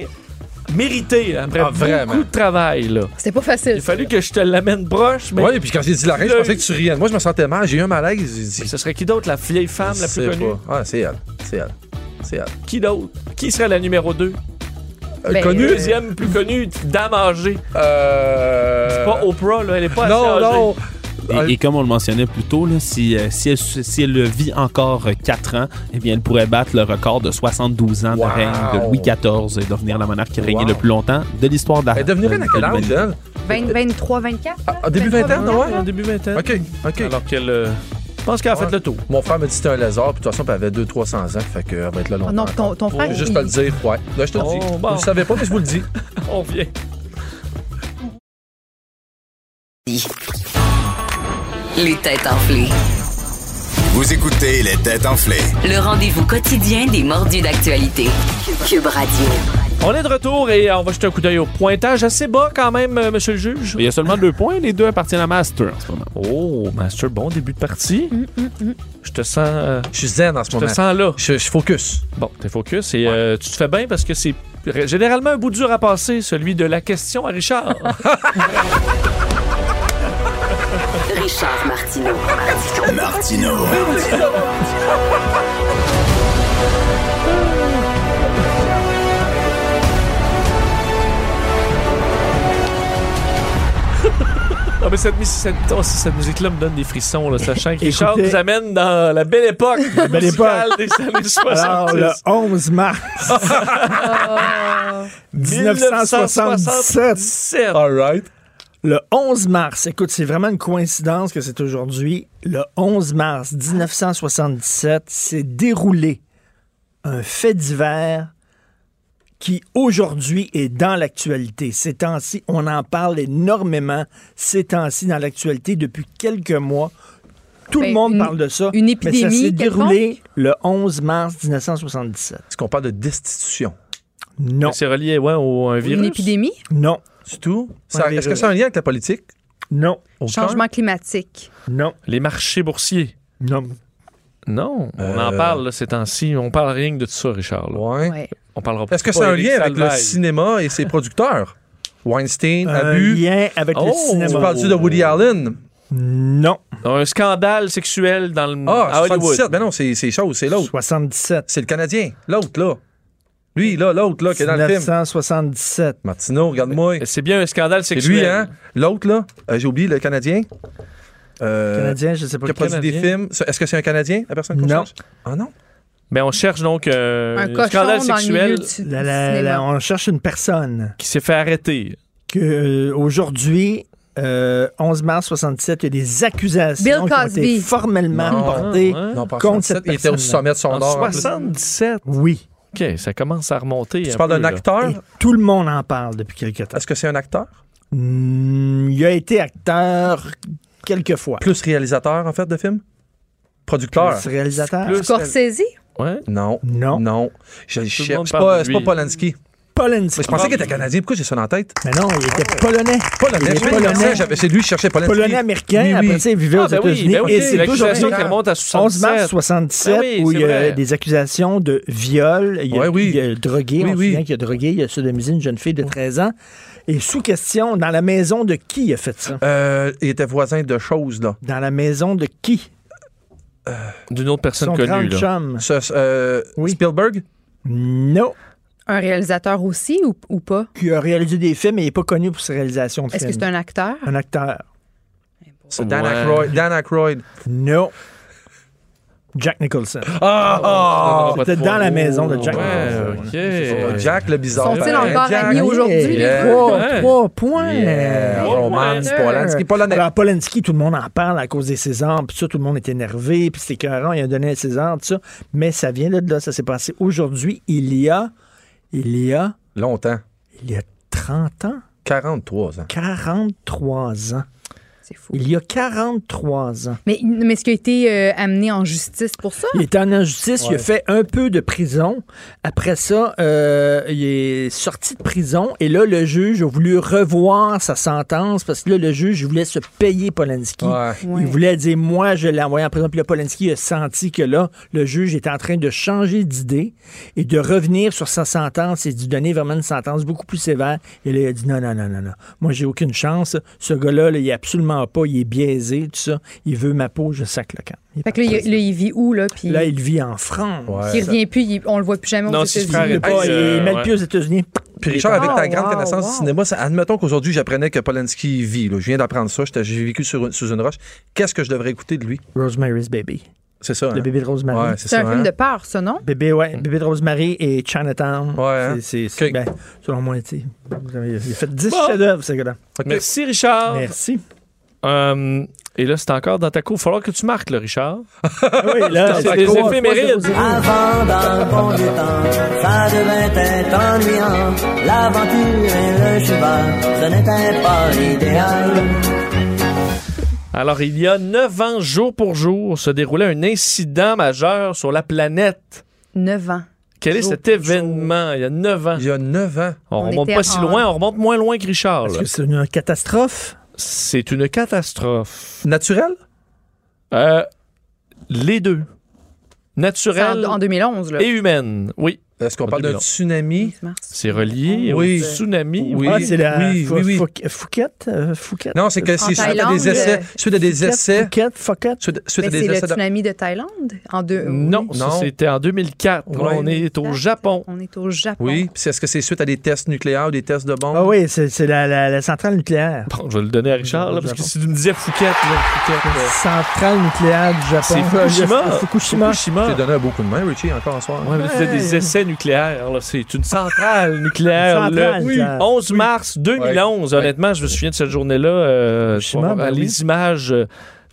Speaker 3: mérité hein, après
Speaker 4: Ah, vraiment?
Speaker 3: beaucoup de travail. Là.
Speaker 5: C'était pas
Speaker 3: Il a
Speaker 5: facile.
Speaker 3: fallu que je te l'amène proche, mais
Speaker 4: Oui, Ben, puis quand j'ai dit la reine, je pensais que tu riais. Moi, je me sentais mal. J'ai eu un malaise. J'ai dit,
Speaker 3: ce serait qui d'autre, la vieille femme la
Speaker 4: je
Speaker 3: plus
Speaker 4: sais
Speaker 3: connue?
Speaker 4: pas. Ah, c'est elle. C'est elle. C'est elle.
Speaker 3: Qui d'autre? Qui serait la numéro 2?
Speaker 5: Ben,
Speaker 4: connue,
Speaker 5: euh,
Speaker 3: Deuxième plus connue, dame âgée.
Speaker 4: Euh...
Speaker 3: C'est pas Oprah, là. Elle est pas
Speaker 4: Non,
Speaker 3: assez âgée.
Speaker 4: non.
Speaker 9: Et, et comme on le mentionnait plus tôt, là, si, euh, si, elle, si elle vit encore 4 ans, eh bien, elle pourrait battre le record de 72 ans
Speaker 4: Wow.
Speaker 9: de règne de Louis XIV et devenir la monarque qui a régné
Speaker 4: Wow.
Speaker 9: le plus longtemps de l'histoire de la
Speaker 4: Elle devenait
Speaker 9: de-
Speaker 4: reine à
Speaker 9: de
Speaker 4: quel âge,
Speaker 9: l'humanité.
Speaker 4: elle?
Speaker 5: 20, 23, 24.
Speaker 4: Ah, ah, début
Speaker 5: 23,
Speaker 4: vingtaine,
Speaker 5: 24,
Speaker 4: ouais.
Speaker 3: En début vingtaine.
Speaker 4: OK, OK.
Speaker 3: Alors qu'elle. euh, je pense qu'elle a fait
Speaker 4: Ouais.
Speaker 3: le tour.
Speaker 4: Mon frère m'a dit que c'était un lézard, puis de toute façon, puis elle avait 200-300 ans, fait qu'elle va être là
Speaker 5: Ah
Speaker 4: longtemps.
Speaker 5: non, ton, ton frère.
Speaker 4: Juste
Speaker 5: il-
Speaker 4: te le dire, ouais. Là, je te le dis.
Speaker 3: Oh,
Speaker 4: Vous
Speaker 3: bon.
Speaker 4: le savez pas, mais je vous le dis.
Speaker 3: On vient.
Speaker 1: Les têtes enflées.
Speaker 2: Vous écoutez les têtes enflées.
Speaker 1: Le rendez-vous quotidien des mordus d'actualité. Cube Radio.
Speaker 3: On est de retour et euh, on va jeter un coup d'œil au pointage assez bas quand même, euh, monsieur le juge.
Speaker 9: Il y a seulement deux points, les deux appartiennent à Master en ce moment.
Speaker 3: Oh, Master, bon début de partie.
Speaker 5: Mm,
Speaker 3: Je te sens. euh,
Speaker 4: Je suis zen en
Speaker 3: je
Speaker 4: ce
Speaker 3: te
Speaker 4: moment.
Speaker 3: sens là.
Speaker 4: Je, je focus.
Speaker 3: Bon, t'es focus et euh, tu te fais bien parce que c'est ré- généralement un bout dur à passer, celui de la question à Richard.
Speaker 1: Richard Martineau.
Speaker 2: Martino.
Speaker 3: Ah, mais cette, mus- cette- oh, si cette musique-là me donne des frissons, là, sachant que Richard
Speaker 6: Écoutez.
Speaker 3: nous amène dans la belle époque
Speaker 6: belle
Speaker 3: musicale des années 70.
Speaker 6: Alors, le 11 mars 1977.
Speaker 3: 1977.
Speaker 4: All right.
Speaker 6: Le 11 mars, écoute, c'est vraiment une coïncidence que c'est aujourd'hui. Le 11 mars 1977 s'est déroulé un fait divers qui aujourd'hui est dans l'actualité. Ces temps-ci, on en parle énormément. Ces temps-ci, dans l'actualité, depuis quelques mois, tout
Speaker 5: Ben,
Speaker 6: le monde
Speaker 5: une-
Speaker 6: parle de ça.
Speaker 5: une
Speaker 6: Mais ça
Speaker 5: épidémie
Speaker 6: s'est déroulé le 11 mars 1977.
Speaker 4: Est-ce qu'on parle de destitution?
Speaker 6: Non,
Speaker 3: C'est relié ouais, au un virus.
Speaker 5: Une épidémie?
Speaker 6: non,
Speaker 4: C'est tout? Ça-
Speaker 6: Ouais,
Speaker 4: Est-ce
Speaker 6: les-
Speaker 4: que ça a un lien avec la politique?
Speaker 6: non,
Speaker 5: Changement climatique.
Speaker 6: non,
Speaker 3: Les marchés boursiers.
Speaker 6: non.
Speaker 3: Non, on en
Speaker 4: Euh.
Speaker 3: parle là, ces temps-ci. On parle rien que de tout ça, Richard. là.
Speaker 4: Ouais.
Speaker 5: Ouais.
Speaker 3: On parlera
Speaker 4: Est-ce que
Speaker 3: pas
Speaker 4: ça a un
Speaker 3: Éric
Speaker 4: lien avec le
Speaker 3: Salvaille.
Speaker 4: cinéma et ses producteurs? Weinstein,
Speaker 6: Un
Speaker 4: Abu.
Speaker 6: lien avec
Speaker 3: Oh,
Speaker 6: le
Speaker 4: Tu
Speaker 6: cinéma.
Speaker 4: parles-tu de Woody Allen?
Speaker 6: Non.
Speaker 3: Un scandale sexuel dans le à
Speaker 4: Ah,
Speaker 3: Hollywood.
Speaker 4: 77. Ben non, c'est c'est chose, c'est l'autre.
Speaker 6: 77.
Speaker 4: C'est le Canadien. L'autre, là. Lui, là, l'autre, là, qui est dans le film.
Speaker 6: 1977.
Speaker 4: Martino, regarde-moi.
Speaker 3: Ben, C'est bien un scandale
Speaker 4: C'est
Speaker 3: sexuel.
Speaker 4: lui, hein? L'autre, là, euh, j'ai oublié le Canadien. Euh,
Speaker 6: Canadien, je sais pas.
Speaker 4: Qui a
Speaker 6: lequel.
Speaker 4: produit des films. Ça, Est-ce que c'est un Canadien, la personne qu'on
Speaker 6: Non.
Speaker 4: cherche? Ah non?
Speaker 3: Mais Ben, on cherche donc euh,
Speaker 5: un cochon
Speaker 3: scandale
Speaker 5: dans le
Speaker 3: sexuel
Speaker 5: milieu du,
Speaker 6: La-
Speaker 5: du
Speaker 6: la- la-
Speaker 5: cinéma.
Speaker 6: on cherche une personne
Speaker 3: qui s'est fait arrêter.
Speaker 6: que euh, aujourd'hui, euh, 11 mars 77, il y a des accusations
Speaker 5: Bill
Speaker 6: qui ont été
Speaker 5: Cosby.
Speaker 6: formellement
Speaker 4: Non.
Speaker 6: portées
Speaker 3: Ah, ouais.
Speaker 4: Non, pas en
Speaker 6: Hein? contre
Speaker 4: 77.
Speaker 6: cette
Speaker 4: Il était au
Speaker 6: personne.
Speaker 4: sommet de son
Speaker 3: En
Speaker 4: art. en plus.
Speaker 3: 77.
Speaker 6: Oui.
Speaker 3: OK, ça commence à remonter.
Speaker 4: Tu parles d'un acteur?
Speaker 6: Et tout le monde en parle depuis quelque temps.
Speaker 4: Est-ce que c'est un acteur?
Speaker 6: Hmm, il a été acteur quelques fois.
Speaker 4: Plus réalisateur, en fait, de film? Producteur?
Speaker 6: Plus réalisateur?
Speaker 3: Plus-
Speaker 5: Scorsese?
Speaker 3: Ouais.
Speaker 4: Non.
Speaker 6: Non.
Speaker 4: Non. Je le cherche.
Speaker 3: monde
Speaker 4: C'est
Speaker 3: parle
Speaker 4: pas,
Speaker 3: de
Speaker 4: c'est pas
Speaker 3: lui.
Speaker 4: Polanski.
Speaker 6: Polanski. Ah,
Speaker 4: Mais je pensais qu'il était Canadien. Pourquoi j'ai ça dans la tête?
Speaker 6: Mais non, il était polonais.
Speaker 4: Polonais.
Speaker 6: Il
Speaker 4: Je
Speaker 6: est
Speaker 4: pensais,
Speaker 6: polonais.
Speaker 4: j'avais- C'est lui qui cherchait Polanski.
Speaker 6: Polonais-américain.
Speaker 4: Oui, oui.
Speaker 6: Après ça, il vivait
Speaker 3: Ah,
Speaker 6: aux
Speaker 3: ben oui,
Speaker 6: États-Unis.
Speaker 3: ben oui,
Speaker 6: Et
Speaker 3: c'est
Speaker 6: c'est
Speaker 3: l'accusation
Speaker 6: toujours
Speaker 3: qui
Speaker 6: un-
Speaker 3: remonte à
Speaker 6: 11 mars
Speaker 3: 77.
Speaker 6: 67,
Speaker 3: Ah oui,
Speaker 6: où
Speaker 3: c'est
Speaker 6: il y a
Speaker 3: vrai.
Speaker 6: des accusations de viol, il y a,
Speaker 4: Ouais, oui.
Speaker 6: il y a drogué,
Speaker 4: Oui,
Speaker 6: on se
Speaker 4: oui.
Speaker 6: souvient qu'il a drogué, il a sodomisé une jeune fille de 13 ans. Et sous question, dans la maison de qui il a fait ça?
Speaker 4: Euh, il était voisin de choses, là.
Speaker 6: Dans la maison de qui?
Speaker 3: D'une autre personne
Speaker 6: Son grand
Speaker 3: connue. Là.
Speaker 6: chum.
Speaker 4: Ce- euh,
Speaker 6: Oui.
Speaker 4: Spielberg?
Speaker 6: Non.
Speaker 5: Un réalisateur aussi ou, ou pas?
Speaker 6: Qui a réalisé des films et il n'est pas connu pour ses réalisations de
Speaker 5: Est-ce
Speaker 6: films.
Speaker 5: que c'est un acteur?
Speaker 6: un acteur?
Speaker 4: C'est Dan
Speaker 3: Ouais.
Speaker 4: Aykroyd. Dan Aykroyd.
Speaker 6: Non. Jack Nicholson.
Speaker 3: Ah,
Speaker 4: Ah!
Speaker 3: On aura pas de
Speaker 6: C'était dans
Speaker 3: points.
Speaker 6: la maison de Jack
Speaker 3: ah, Ouais,
Speaker 6: Nicholson.
Speaker 3: OK.
Speaker 4: Oh, Jack le bizarre.
Speaker 5: Sont-ils
Speaker 4: Ben,
Speaker 5: encore
Speaker 4: Jack.
Speaker 5: amis aujourd'hui?
Speaker 4: Yeah.
Speaker 5: les trois? euh,
Speaker 6: Trois,
Speaker 3: Ouais.
Speaker 6: trois points.
Speaker 4: Yeah.
Speaker 3: Ouais.
Speaker 4: Romance,
Speaker 3: Ouais.
Speaker 4: Polanski, Polonais.
Speaker 6: Alors, Polanski, tout le monde en parle à cause des Césars, puis ça, tout le monde est énervé, puis c'est écœurant, il a donné un César, tout ça. Mais ça vient de là, ça s'est passé aujourd'hui, il y a, il y a,
Speaker 4: Longtemps.
Speaker 6: il y a 30 ans,
Speaker 4: 43 ans.
Speaker 6: 43 ans.
Speaker 5: C'est fou.
Speaker 6: il y a 43 ans.
Speaker 5: Mais, mais est-ce qu'il a été euh, amené en justice pour ça?
Speaker 6: Il était en injustice, il a fait un peu de prison. Après ça, euh, il est sorti de prison et là, le juge a voulu revoir sa sentence parce que là, le juge voulait se payer Polanski.
Speaker 4: Ouais.
Speaker 5: Ouais.
Speaker 6: Il voulait dire, moi, je l'ai envoyé en prison. Puis là, Polanski a senti que là, le juge était en train de changer d'idée et de revenir sur sa sentence et de lui donner vraiment une sentence beaucoup plus sévère. Et là, il a dit, non, non, non, non, non. Moi, j'ai aucune chance. Ce gars-là, là, il est absolument pas, il est biaisé, tout ça. Il veut ma peau, je sac le camp. Il est
Speaker 5: Fait que là, il, là, il vit où, là? Puis
Speaker 6: Là, il vit en France.
Speaker 5: il revient plus, il- on le voit plus jamais
Speaker 3: Non,
Speaker 5: aux
Speaker 3: si je
Speaker 5: États-Unis.
Speaker 3: ferais-
Speaker 6: Il est pas- il est
Speaker 3: Euh,
Speaker 6: mal
Speaker 3: ouais.
Speaker 6: pris aux États-Unis.
Speaker 4: Puis Richard, avec ta
Speaker 5: Wow,
Speaker 4: grande
Speaker 5: wow,
Speaker 4: connaissance
Speaker 5: wow.
Speaker 4: du cinéma, ça- admettons qu'aujourd'hui j'apprenais que Polanski vit. là. Je viens d'apprendre ça, j'étais- j'ai vécu sur une- sous une roche. Qu'est-ce que je devrais écouter de lui?
Speaker 6: Rosemary's Baby.
Speaker 4: C'est ça.
Speaker 6: Le
Speaker 4: hein?
Speaker 6: bébé de Rosemary.
Speaker 4: Ouais, c'est
Speaker 5: C'est
Speaker 4: ça.
Speaker 5: un film
Speaker 4: hein?
Speaker 5: de peur, ça, non?
Speaker 6: Bébé,
Speaker 3: Mm.
Speaker 6: ouais, bébé de Rosemary et Chinatown.
Speaker 4: Ouais, hein?
Speaker 6: C'est, c'est- c'est-
Speaker 4: Ok.
Speaker 6: ben, selon moi, tu sais, vous avez- il a fait 10
Speaker 3: Bon. Ah.
Speaker 6: chefs-d'œuvre, ce gars-là.
Speaker 4: Ok.
Speaker 3: Merci, Richard.
Speaker 6: Merci.
Speaker 3: Euh, et là, c'est encore dans ta cour. Il va falloir que tu marques, là, Richard.
Speaker 6: Ah oui, là,
Speaker 3: C'est
Speaker 6: ça
Speaker 3: des
Speaker 6: court,
Speaker 3: éphémérides.
Speaker 6: 3-0-0.
Speaker 10: Avant, dans le bon vieux temps, ça devait être ennuyant. L'aventure et le cheval, ce n'était pas l'idéal.
Speaker 3: Alors, il y a neuf ans, jour pour jour, se déroulait un incident majeur sur la planète.
Speaker 5: 9 ans.
Speaker 3: Quel est
Speaker 5: Jour
Speaker 3: cet
Speaker 5: pour
Speaker 3: événement? Il y a neuf ans.
Speaker 4: Il y a 9 ans.
Speaker 3: On,
Speaker 5: On
Speaker 3: remonte
Speaker 5: était
Speaker 3: pas si
Speaker 5: en-
Speaker 3: loin, on remonte moins loin que Richard.
Speaker 6: Est-ce
Speaker 3: là.
Speaker 6: que c'est une catastrophe?
Speaker 3: C'est une catastrophe.
Speaker 4: Naturel?
Speaker 3: Euh, les deux.
Speaker 5: C'est en,
Speaker 3: Naturelle
Speaker 5: en 2011, là.
Speaker 3: et humaine. Oui,
Speaker 4: Est-ce qu'on
Speaker 3: Pas
Speaker 4: parle d'un
Speaker 3: de
Speaker 4: tsunami?
Speaker 5: 11 mars.
Speaker 3: c'est relié
Speaker 4: Oui.
Speaker 3: au tsunami.
Speaker 4: Oui.
Speaker 6: ah, c'est la
Speaker 4: oui,
Speaker 6: Fou-
Speaker 4: oui, oui.
Speaker 6: Fou- Fouquette? euh, Fouquette?
Speaker 4: Non, c'est que c'est suite à
Speaker 5: Thaïlande,
Speaker 4: des essais.
Speaker 5: euh,
Speaker 4: Suite à des
Speaker 6: Fouquette,
Speaker 4: essais.
Speaker 6: Fouquette, Fouquette.
Speaker 4: Suite suite
Speaker 5: Mais
Speaker 4: à
Speaker 5: c'est
Speaker 4: des
Speaker 5: le
Speaker 4: essais. de-
Speaker 5: tsunami de Thaïlande? En deux...
Speaker 3: Non,
Speaker 5: oui.
Speaker 3: ça,
Speaker 4: Non.
Speaker 3: c'était en 2004. Là,
Speaker 4: Ouais.
Speaker 3: on est au Japon.
Speaker 5: On est au Japon.
Speaker 4: Oui. Puis est-ce que c'est suite à des tests nucléaires ou des tests de bombes?
Speaker 6: Ah oui, c'est, c'est la, la- la centrale nucléaire.
Speaker 3: Bon, je vais le donner à Richard, là, parce que si tu me disais Fouquette, là, Fouquette, là,
Speaker 6: Centrale nucléaire du Japon.
Speaker 3: c'est Fukushima.
Speaker 6: Ah, Fukushima.
Speaker 4: J'ai
Speaker 3: Fukushima.
Speaker 4: donné un beau coup de main, Richie, encore en soir.
Speaker 3: Ouais, mais c'était des essais nucléaires. là. C'est une centrale nucléaire.
Speaker 6: Centrale
Speaker 3: là.
Speaker 6: nucléaire.
Speaker 3: Oui. 11 mars 2011. Honnêtement, je me souviens de cette journée-là. euh,
Speaker 6: Fukushima,
Speaker 3: tu vas voir,
Speaker 6: ben
Speaker 3: les
Speaker 6: oui.
Speaker 3: images euh,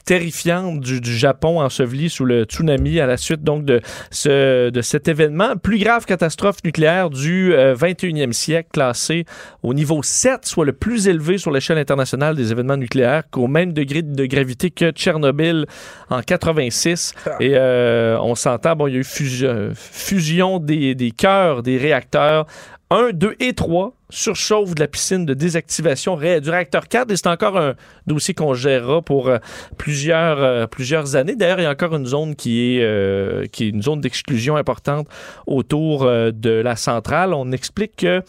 Speaker 3: terrifiantes du, du Japon enseveli sous le tsunami à la suite donc de, ce, de cet événement. Plus grave catastrophe nucléaire du euh, 21e siècle, classée au niveau 7, soit le plus élevé sur l'échelle internationale des événements nucléaires, qu'au même degré de gravité que Tchernobyl en 86.
Speaker 6: Ah.
Speaker 3: Et euh, on s'entend, bon, il y a eu fusion, fusion des, des cœurs des réacteurs 1, 2 et 3, surchauffe de la piscine de désactivation ré- du réacteur 4. Et c'est encore un dossier qu'on gérera pour euh, plusieurs, euh, plusieurs années. D'ailleurs, il y a encore une zone qui est, euh, qui est une zone d'exclusion importante autour euh, de la centrale. On explique que...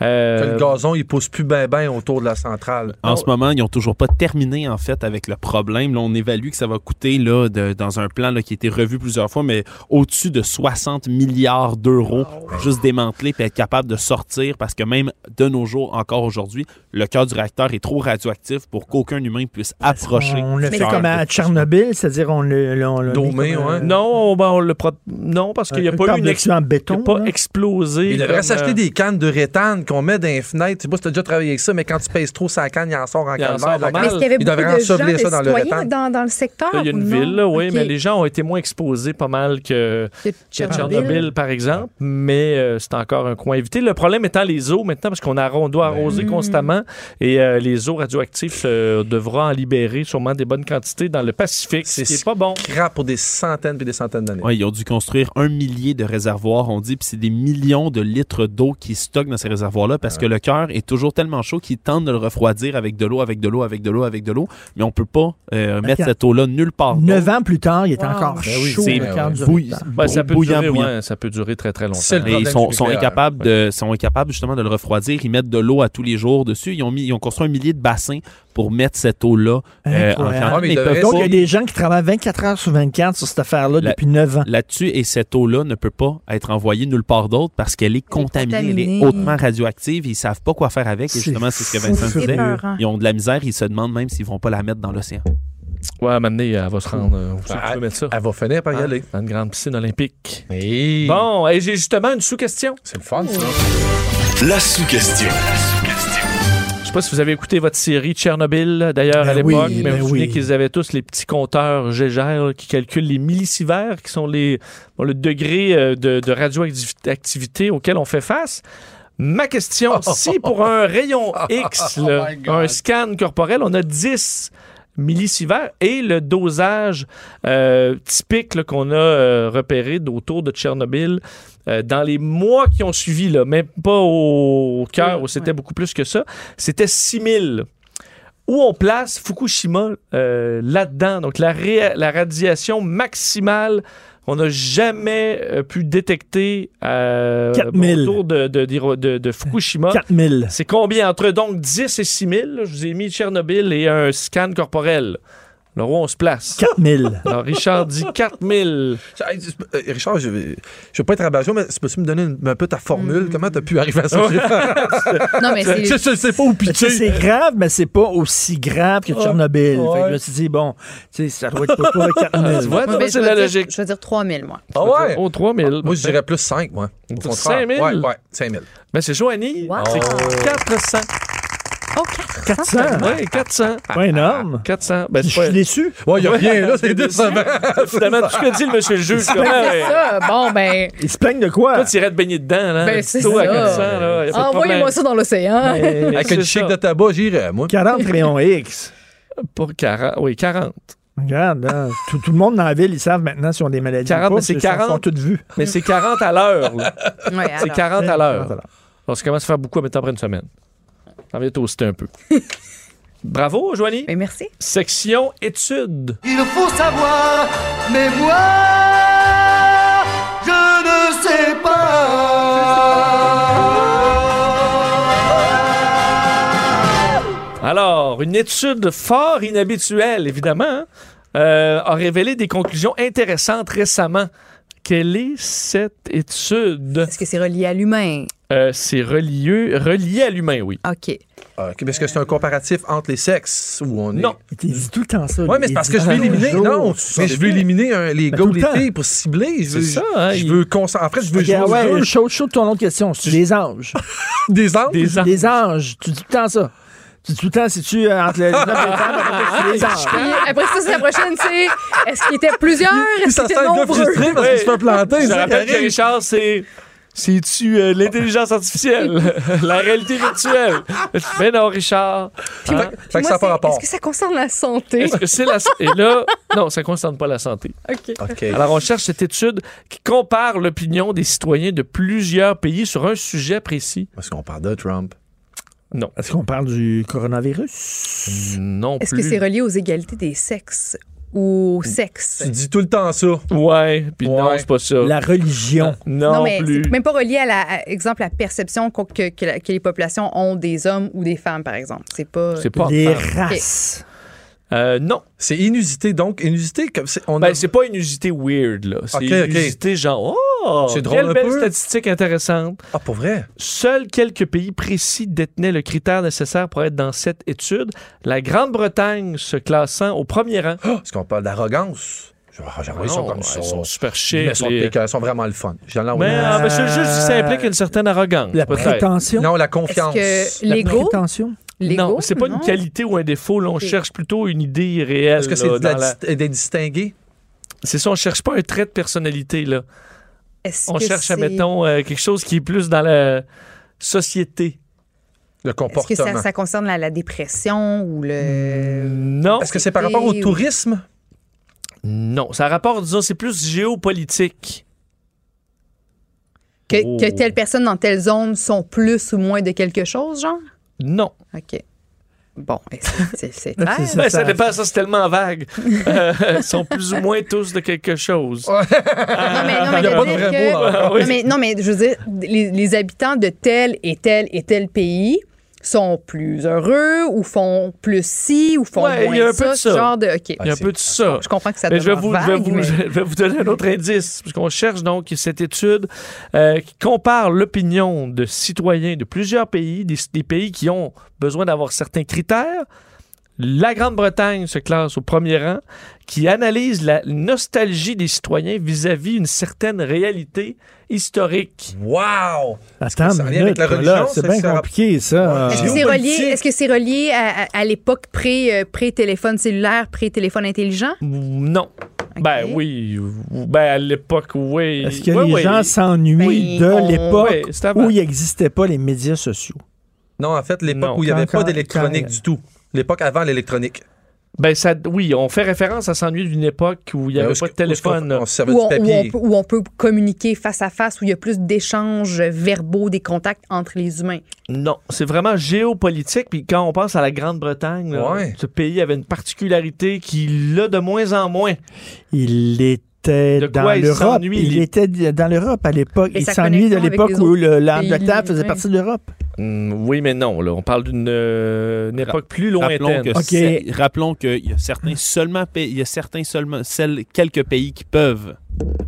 Speaker 4: Que
Speaker 3: euh,
Speaker 4: le gazon, il pousse plus ben ben autour de la centrale.
Speaker 9: En ce moment, ils n'ont toujours pas terminé, en fait, avec le problème. Là, on évalue que ça va coûter, là, de- dans un plan là, qui a été revu plusieurs fois, mais au-dessus de 60 milliards d'euros,
Speaker 6: Ah
Speaker 9: juste démanteler puis être capable de sortir, parce que même de nos jours, encore aujourd'hui, le cœur du réacteur est trop radioactif pour qu'aucun humain puisse approcher.
Speaker 6: On le
Speaker 9: du
Speaker 6: fait
Speaker 9: cœur
Speaker 6: comme à
Speaker 9: de Fukushima.
Speaker 6: Tchernobyl, c'est-à-dire on le. le- on le
Speaker 4: Domé,
Speaker 6: met comme,
Speaker 4: ouais.
Speaker 6: euh,
Speaker 3: non, ben, on le pro- non, parce qu'il n'y a
Speaker 6: un
Speaker 3: pas eu une
Speaker 6: par-dessus en
Speaker 3: Il
Speaker 6: béton.
Speaker 3: n'a pas
Speaker 6: là.
Speaker 3: explosé.
Speaker 4: Il
Speaker 3: comme,
Speaker 4: devrait s'acheter
Speaker 3: euh,
Speaker 4: des cannes de rétane qu'on met dans les fenêtres. Tu sais pas si t'as déjà travaillé avec ça, mais quand tu pèses trop sa canne, il en sort en
Speaker 3: Il en
Speaker 4: calvaire.
Speaker 3: sort
Speaker 4: la
Speaker 3: pas mal.
Speaker 5: Mais
Speaker 4: canne.
Speaker 5: est-ce qu'il y avait
Speaker 4: Il
Speaker 5: beaucoup
Speaker 4: devrait
Speaker 5: de gens,
Speaker 4: ensevelir ça
Speaker 5: de
Speaker 4: dans le
Speaker 5: citoyens
Speaker 4: rétane.
Speaker 5: dans, dans le secteur?
Speaker 3: Là, Il y a une
Speaker 5: ou non?
Speaker 3: ville, là, oui,
Speaker 5: Ok.
Speaker 3: mais les gens ont été moins exposés pas mal que
Speaker 5: C'est
Speaker 3: que Tchernobyl, par exemple, mais euh, c'est encore un coin évité. Le problème étant les eaux maintenant, parce qu'on a- on doit arroser constamment, et euh, les eaux radioactives euh, devront en libérer sûrement des bonnes quantités dans le Pacifique, ce
Speaker 4: C'est
Speaker 3: qui n'est pas bon.
Speaker 4: Crap pour des centaines et des centaines d'années.
Speaker 9: Ouais, ils ont dû construire un millier de réservoirs, on dit, puis c'est des millions de litres d'eau qui stockent dans ces réservoirs-là parce que le cœur est toujours tellement chaud qu'ils tentent de le refroidir avec de l'eau, avec de l'eau, avec de l'eau, avec de l'eau, mais on peut pas euh, mettre cette eau-là nulle part.
Speaker 6: Neuf ans plus tard, il est
Speaker 5: Wow.
Speaker 6: encore
Speaker 5: Ben
Speaker 9: oui,
Speaker 6: chaud.
Speaker 9: c'est
Speaker 6: le cœur du
Speaker 9: bouilli-
Speaker 6: réacteur.
Speaker 3: Ben, ça, peut
Speaker 9: bouillant,
Speaker 3: durer,
Speaker 9: bouillant.
Speaker 3: ouais, ça peut durer très très longtemps.
Speaker 4: C'est le
Speaker 9: Mais ils
Speaker 4: problème
Speaker 9: sont,
Speaker 4: du
Speaker 9: sont
Speaker 4: nucléaire.
Speaker 9: incapables de, sont incapables justement de le refroidir. Ils mettent de l'eau à tous les jours dessus. Ils ont mis, ils ont construit un millier de bassins pour mettre cette eau-là euh, en
Speaker 6: Incroyable.
Speaker 4: Ouais,
Speaker 9: canne.
Speaker 4: mais
Speaker 9: Mais ils
Speaker 4: ils
Speaker 9: peuvent
Speaker 4: devraient-
Speaker 9: pas.
Speaker 6: Donc, il y a des gens qui travaillent 24 heures sur 24 sur cette affaire-là
Speaker 9: La-
Speaker 6: depuis 9 ans.
Speaker 9: là-dessus et cette eau-là ne peut pas être envoyée nulle part d'autre parce qu'elle est contaminée, elle est,
Speaker 5: contaminée.
Speaker 9: hautement radioactive, ils savent pas quoi faire avec et
Speaker 6: C'est
Speaker 9: justement c'est ce que
Speaker 6: fou,
Speaker 9: Vincent
Speaker 6: c'est
Speaker 9: disait.
Speaker 5: épeurant.
Speaker 9: Ils ont de la misère, ils se demandent même s'ils vont pas la mettre dans l'océan.
Speaker 3: Ouais, à un moment donné, elle va se rendre euh, où c'est que tu
Speaker 4: Ah,
Speaker 3: veux mettre ça.
Speaker 4: Elle va finir par y aller.
Speaker 3: Dans une grande piscine olympique.
Speaker 4: Hey,
Speaker 3: Bon, et j'ai justement une sous-question.
Speaker 4: C'est le fun, ça.
Speaker 2: La sous-question.
Speaker 3: Je sais pas si vous avez écouté votre série Tchernobyl, d'ailleurs, à
Speaker 6: Ben
Speaker 3: l'époque,
Speaker 6: oui,
Speaker 3: mais
Speaker 6: ben
Speaker 3: vous vous souvenez
Speaker 6: oui.
Speaker 3: qu'ils avaient tous les petits compteurs Gégère là, qui calculent les millisieverts, qui sont les, bon, le degré euh, de, de radioactivité auquel on fait face. Ma
Speaker 6: Oh
Speaker 3: question, si pour un rayon X, là, un scan corporel, on a 10 millisieverts et le dosage euh, typique là, qu'on a euh, repéré autour de Tchernobyl euh, dans les mois qui ont suivi, là, même pas au, au cœur, où c'était beaucoup plus que ça, c'était 6000 où on place Fukushima euh, là-dedans. Donc, la, ré- la radiation maximale qu'on n'a jamais euh, pu détecter euh,
Speaker 6: 4000.
Speaker 3: autour de, de, d'Hiro- de- de Fukushima.
Speaker 6: 4000.
Speaker 3: C'est combien entre donc 10 et 6 000? là? je vous ai mis Tchernobyl et un scan corporel. Alors, où on se place?
Speaker 6: 4000.
Speaker 3: Alors, Richard dit 4000.
Speaker 4: Hey, tu- euh, Richard, je vais, je vais pas être abat mais peux-tu me donner une- un peu ta formule?
Speaker 5: Mm.
Speaker 4: Comment t'as pu arriver à ça?
Speaker 5: Non, mais c'est.
Speaker 4: je, je sais pas où
Speaker 6: Mais Ben, tu sais,
Speaker 4: pitcher.
Speaker 6: c'est grave, mais c'est pas aussi grave que Tchernobyl.
Speaker 3: ouais.
Speaker 6: Fait que je me suis dit, bon, tu sais, ça doit être pas- pas 4000.
Speaker 3: Tu vois, toi,
Speaker 5: Ben, je
Speaker 3: c'est
Speaker 5: vais
Speaker 3: la
Speaker 5: dire-
Speaker 3: logique.
Speaker 5: Je vais dire 3000, moi.
Speaker 4: Ah ouais?
Speaker 3: Oh, 3000.
Speaker 4: Moi, je dirais plus 5, moi. Au contraire.
Speaker 3: 5 000?
Speaker 4: Ouais, ouais, 5 000.
Speaker 3: Ben, c'est Joanie.
Speaker 5: Wow.
Speaker 3: C'est 400.
Speaker 5: Oh, 400.
Speaker 6: 400.
Speaker 3: Oui, 400.
Speaker 6: Pas énorme.
Speaker 3: 400. Ben,
Speaker 6: Je
Speaker 3: c'est pas...
Speaker 6: suis déçu.
Speaker 4: Ouais, y a rien, là, c'est
Speaker 3: Ouais,
Speaker 4: décevant.
Speaker 3: Finalement, tout ce que dit le monsieur le juge, comment,
Speaker 5: C'est ça. Bon, ben,
Speaker 6: Ils se plaignent de quoi?
Speaker 3: toi, tu irais te baigner dedans, là.
Speaker 5: Ben, c'est
Speaker 3: Tôt à
Speaker 5: ça.
Speaker 3: 400, là. y a pas de
Speaker 5: envoyez-moi
Speaker 3: problème.
Speaker 5: ça dans l'océan.
Speaker 6: Euh,
Speaker 4: Avec
Speaker 3: C'est
Speaker 4: une chic
Speaker 3: ça.
Speaker 4: de tabac, j'irais, moi.
Speaker 6: 40 rayons X.
Speaker 3: Pour 40. Oui, 40.
Speaker 6: Regarde, là, tout, tout le monde dans la ville, ils savent maintenant si on a des maladies.
Speaker 3: 40,
Speaker 6: ou pas,
Speaker 3: c'est
Speaker 6: parce qu'ils
Speaker 3: 40.
Speaker 6: sont toutes vues.
Speaker 3: Mais c'est 40 à l'heure, là.
Speaker 5: Ouais,
Speaker 3: C'est
Speaker 5: alors.
Speaker 3: 40 à l'heure.
Speaker 6: Voilà.
Speaker 3: On se commence à faire beaucoup à mettre après une semaine. On vient toaster un peu. Bravo, Joanie.
Speaker 5: Ben, merci.
Speaker 3: Section études.
Speaker 10: Il faut savoir, mais moi, je ne sais pas.
Speaker 3: Alors, une étude fort inhabituelle, évidemment, hein, euh, a révélé des conclusions intéressantes récemment. Quelle est cette étude?
Speaker 5: Est-ce que c'est relié à l'humain?
Speaker 3: Euh, c'est relié, relié à l'humain, oui.
Speaker 5: OK.
Speaker 4: Ah, ok, Est-ce que c'est un comparatif entre les sexes où on est?
Speaker 3: Non.
Speaker 6: Ils disent tout le temps ça.
Speaker 4: Oui, mais c'est parce que je veux éliminer. Non, mais je veux éliminer un- les gars
Speaker 6: tout
Speaker 4: ou
Speaker 6: le
Speaker 4: les
Speaker 6: temps.
Speaker 4: filles pour cibler. Je veux,
Speaker 3: C'est ça, hein,
Speaker 4: je
Speaker 3: il-
Speaker 4: veux concentrer. En fait, je veux jouer
Speaker 6: Ah
Speaker 4: au
Speaker 6: ouais,
Speaker 4: jeu.
Speaker 6: chaud, chaud de ton autre question. C'est des anges.
Speaker 4: des anges.
Speaker 3: Des ans.
Speaker 6: Des anges. Tu dis tout le temps ça. Tu dis tout le temps si tu euh, entre les hommes et les femmes, c'est des anges.
Speaker 5: Puis Ah, après ça, c'est la prochaine, c'est est-ce qu'il était plusieurs?
Speaker 4: Puis
Speaker 5: Est-ce
Speaker 4: ça
Speaker 5: qu'il
Speaker 4: sent
Speaker 5: était
Speaker 4: le gars
Speaker 5: nombreux?
Speaker 4: frustré parce qu'il se fait planter.
Speaker 3: Je
Speaker 4: ça,
Speaker 3: rappelle que
Speaker 4: Karine.
Speaker 3: Richard, c'est. C'est-tu euh, l'intelligence artificielle? la réalité virtuelle? Mais non, Richard. Hein?
Speaker 5: Moi,
Speaker 4: Fait que ça n'a pas
Speaker 5: c'est-
Speaker 4: rapport.
Speaker 5: Est-ce que ça concerne la santé?
Speaker 3: Est-ce que c'est la. Et là, non, ça ne concerne pas la santé.
Speaker 5: OK.
Speaker 4: OK.
Speaker 3: Alors, on cherche cette étude qui compare l'opinion des citoyens de plusieurs pays sur un sujet précis.
Speaker 4: Parce qu'on parle de Trump.
Speaker 6: Est-ce qu'on parle du coronavirus?
Speaker 3: Non
Speaker 5: Est-ce
Speaker 3: plus.
Speaker 5: que c'est relié aux égalités des sexes? Ou au sexe?
Speaker 4: Tu dis tout le temps ça.
Speaker 3: Ouais, puis non,
Speaker 4: Ouais.
Speaker 3: c'est pas ça.
Speaker 6: La religion.
Speaker 3: Non,
Speaker 5: mais
Speaker 3: plus.
Speaker 5: c'est même pas relié à la, à, exemple, la perception qu'on- que, que la- que les populations ont des hommes ou des femmes, par exemple. C'est pas.
Speaker 3: C'est pas.
Speaker 6: les
Speaker 3: enfin,
Speaker 6: races.
Speaker 3: euh, non,
Speaker 4: C'est inusité, donc. Inusité, comme c'est. On a-
Speaker 3: ben, c'est pas inusité weird, là. C'est
Speaker 4: Ok, ok.
Speaker 3: inusité genre, oh!
Speaker 4: C'est drôle
Speaker 3: Quelle
Speaker 4: un
Speaker 3: belle
Speaker 4: peu.
Speaker 3: statistique intéressante.
Speaker 4: Ah, pour vrai?
Speaker 3: Seuls quelques pays précis détenaient le critère nécessaire pour être dans cette étude, la Grande-Bretagne se classant au premier rang.
Speaker 4: Ah, Est-ce qu'on parle d'arrogance? Ah, J'ai envoyé ça
Speaker 3: Non,
Speaker 4: comme ça.
Speaker 3: Ils sont super
Speaker 4: Mais
Speaker 3: chics.
Speaker 4: Ils sont,
Speaker 3: les-
Speaker 4: piquants, ils sont vraiment le fun. J'en ai
Speaker 3: Mais
Speaker 4: envoyé.
Speaker 3: euh, monsieur le juge, ça implique une certaine arrogance.
Speaker 6: La
Speaker 3: peut-être.
Speaker 6: prétention.
Speaker 4: Non, la confiance.
Speaker 5: Est-ce que
Speaker 6: La
Speaker 5: l'ego? Ah.
Speaker 6: prétention.
Speaker 5: l'ego,
Speaker 3: Non, c'est pas
Speaker 5: non?
Speaker 3: une qualité ou un défaut. là, on cherche plutôt une idée réelle.
Speaker 4: Est-ce que
Speaker 3: là,
Speaker 4: c'est de la
Speaker 3: dans la-
Speaker 4: dis- d'être distingué?
Speaker 3: C'est ça, on cherche pas un trait de personnalité. Là.
Speaker 5: Est-ce
Speaker 3: On
Speaker 5: que
Speaker 3: cherche,
Speaker 5: c'est-
Speaker 3: admettons, euh, quelque chose qui est plus dans la société.
Speaker 4: Le
Speaker 5: Est-ce que ça,
Speaker 4: comportement.
Speaker 5: ça concerne la, la dépression ou le.
Speaker 3: Non,
Speaker 4: Est-ce que c'est par rapport au
Speaker 5: Ou-
Speaker 4: tourisme?
Speaker 3: non. Ça rapporte, disons, c'est plus géopolitique.
Speaker 5: Que,
Speaker 3: Oh.
Speaker 5: que telle personne dans telle zone sont plus ou moins de quelque chose, genre?
Speaker 3: Non.
Speaker 5: OK. Bon, c'est- c'est c'est clair.
Speaker 6: C'est
Speaker 3: Ben,
Speaker 6: Ça,
Speaker 3: ça,
Speaker 6: ça-
Speaker 3: dépend, ça, c'est tellement vague. Euh, Ils sont plus ou moins tous de quelque chose.
Speaker 5: Non, mais, non, mais
Speaker 4: Il y a
Speaker 5: de
Speaker 4: pas de
Speaker 5: dire
Speaker 4: vrai
Speaker 5: que-
Speaker 4: mot
Speaker 3: hein.
Speaker 4: dans-
Speaker 5: non, mais, non, mais je veux dire, les, les habitants de tel et tel et tel pays sont plus heureux ou font plus ci ou font
Speaker 3: Ouais, il
Speaker 5: moins
Speaker 3: y a un
Speaker 5: ça,
Speaker 3: peu de
Speaker 5: ce
Speaker 3: ça.
Speaker 5: genre de... OK,
Speaker 3: Il y a un peu de ça.
Speaker 5: je comprends que ça
Speaker 3: Mais je vais,
Speaker 5: demeure
Speaker 3: vous, je, vais
Speaker 5: vague,
Speaker 3: vous,
Speaker 5: mais-
Speaker 3: je vais vous donner un autre indice, puisqu'on cherche donc cette étude euh, qui compare l'opinion de citoyens de plusieurs pays, des, des pays qui ont besoin d'avoir certains critères. La Grande-Bretagne se classe au premier rang, qui analyse la nostalgie des citoyens vis-à-vis une certaine réalité historique.
Speaker 4: Wow!
Speaker 6: Attends,
Speaker 4: ça a
Speaker 6: une
Speaker 4: lien avec
Speaker 6: minute,
Speaker 4: la
Speaker 6: là,
Speaker 4: religion,
Speaker 6: c'est
Speaker 4: ça-
Speaker 6: bien
Speaker 4: ça-
Speaker 6: compliqué, ça.
Speaker 4: Ouais.
Speaker 5: Est-ce
Speaker 4: Euh,
Speaker 5: que c'est relié,
Speaker 4: géopolitique.
Speaker 5: est-ce que c'est relié à, à- à l'époque pré, euh, pré-téléphone cellulaire, pré-téléphone intelligent?
Speaker 3: Non. Ben oui, ben à l'époque, oui.
Speaker 6: Est-ce que
Speaker 3: Oui,
Speaker 6: les
Speaker 3: oui.
Speaker 6: gens s'ennuient
Speaker 5: Ben, on-
Speaker 6: de l'époque
Speaker 3: Oui, c'est avant.
Speaker 6: où il n'existait pas les médias sociaux?
Speaker 4: Non, en fait, l'époque
Speaker 3: Non.
Speaker 4: où il n'y avait
Speaker 6: Quand-
Speaker 4: pas
Speaker 6: quand-
Speaker 4: d'électronique
Speaker 6: quand-
Speaker 4: du tout. L'époque avant l'électronique.
Speaker 3: Ben ça, oui, on fait référence à s'ennuyer d'une époque où il n'y
Speaker 4: Ben,
Speaker 3: avait
Speaker 4: où
Speaker 3: pas
Speaker 4: est-ce
Speaker 3: de
Speaker 4: que- où est-ce qu'on-
Speaker 3: téléphone.
Speaker 4: On se servait
Speaker 5: Où
Speaker 4: du
Speaker 5: on, où on
Speaker 4: papier.
Speaker 5: peut, où on peut communiquer face à face, où il y a plus d'échanges verbaux, des contacts entre les humains.
Speaker 3: Non, c'est vraiment géopolitique. Puis quand on pense à la Grande-Bretagne, là,
Speaker 4: Ouais.
Speaker 3: ce pays avait une particularité qui l'a de moins en moins.
Speaker 6: Il était
Speaker 3: De quoi
Speaker 6: dans
Speaker 3: il
Speaker 6: l'Europe.
Speaker 3: s'ennuie,
Speaker 6: Il
Speaker 3: lui?
Speaker 6: était d- dans l'Europe à l'époque.
Speaker 5: Et
Speaker 6: Il
Speaker 5: sa
Speaker 6: s'ennuie de
Speaker 5: connexion avec
Speaker 6: l'époque
Speaker 5: les
Speaker 6: où
Speaker 5: autres
Speaker 6: le- l'Angleterre
Speaker 5: pays,
Speaker 6: faisait
Speaker 5: oui.
Speaker 6: partie de l'Europe.
Speaker 3: Mm, oui, mais non. là, on parle d'une euh, une époque plus
Speaker 9: Rappelons
Speaker 3: lointaine.
Speaker 9: que,
Speaker 6: Ok.
Speaker 9: c'est- rappelons que il y a certains seulement pa- il y a certains seulement celles- quelques pays qui peuvent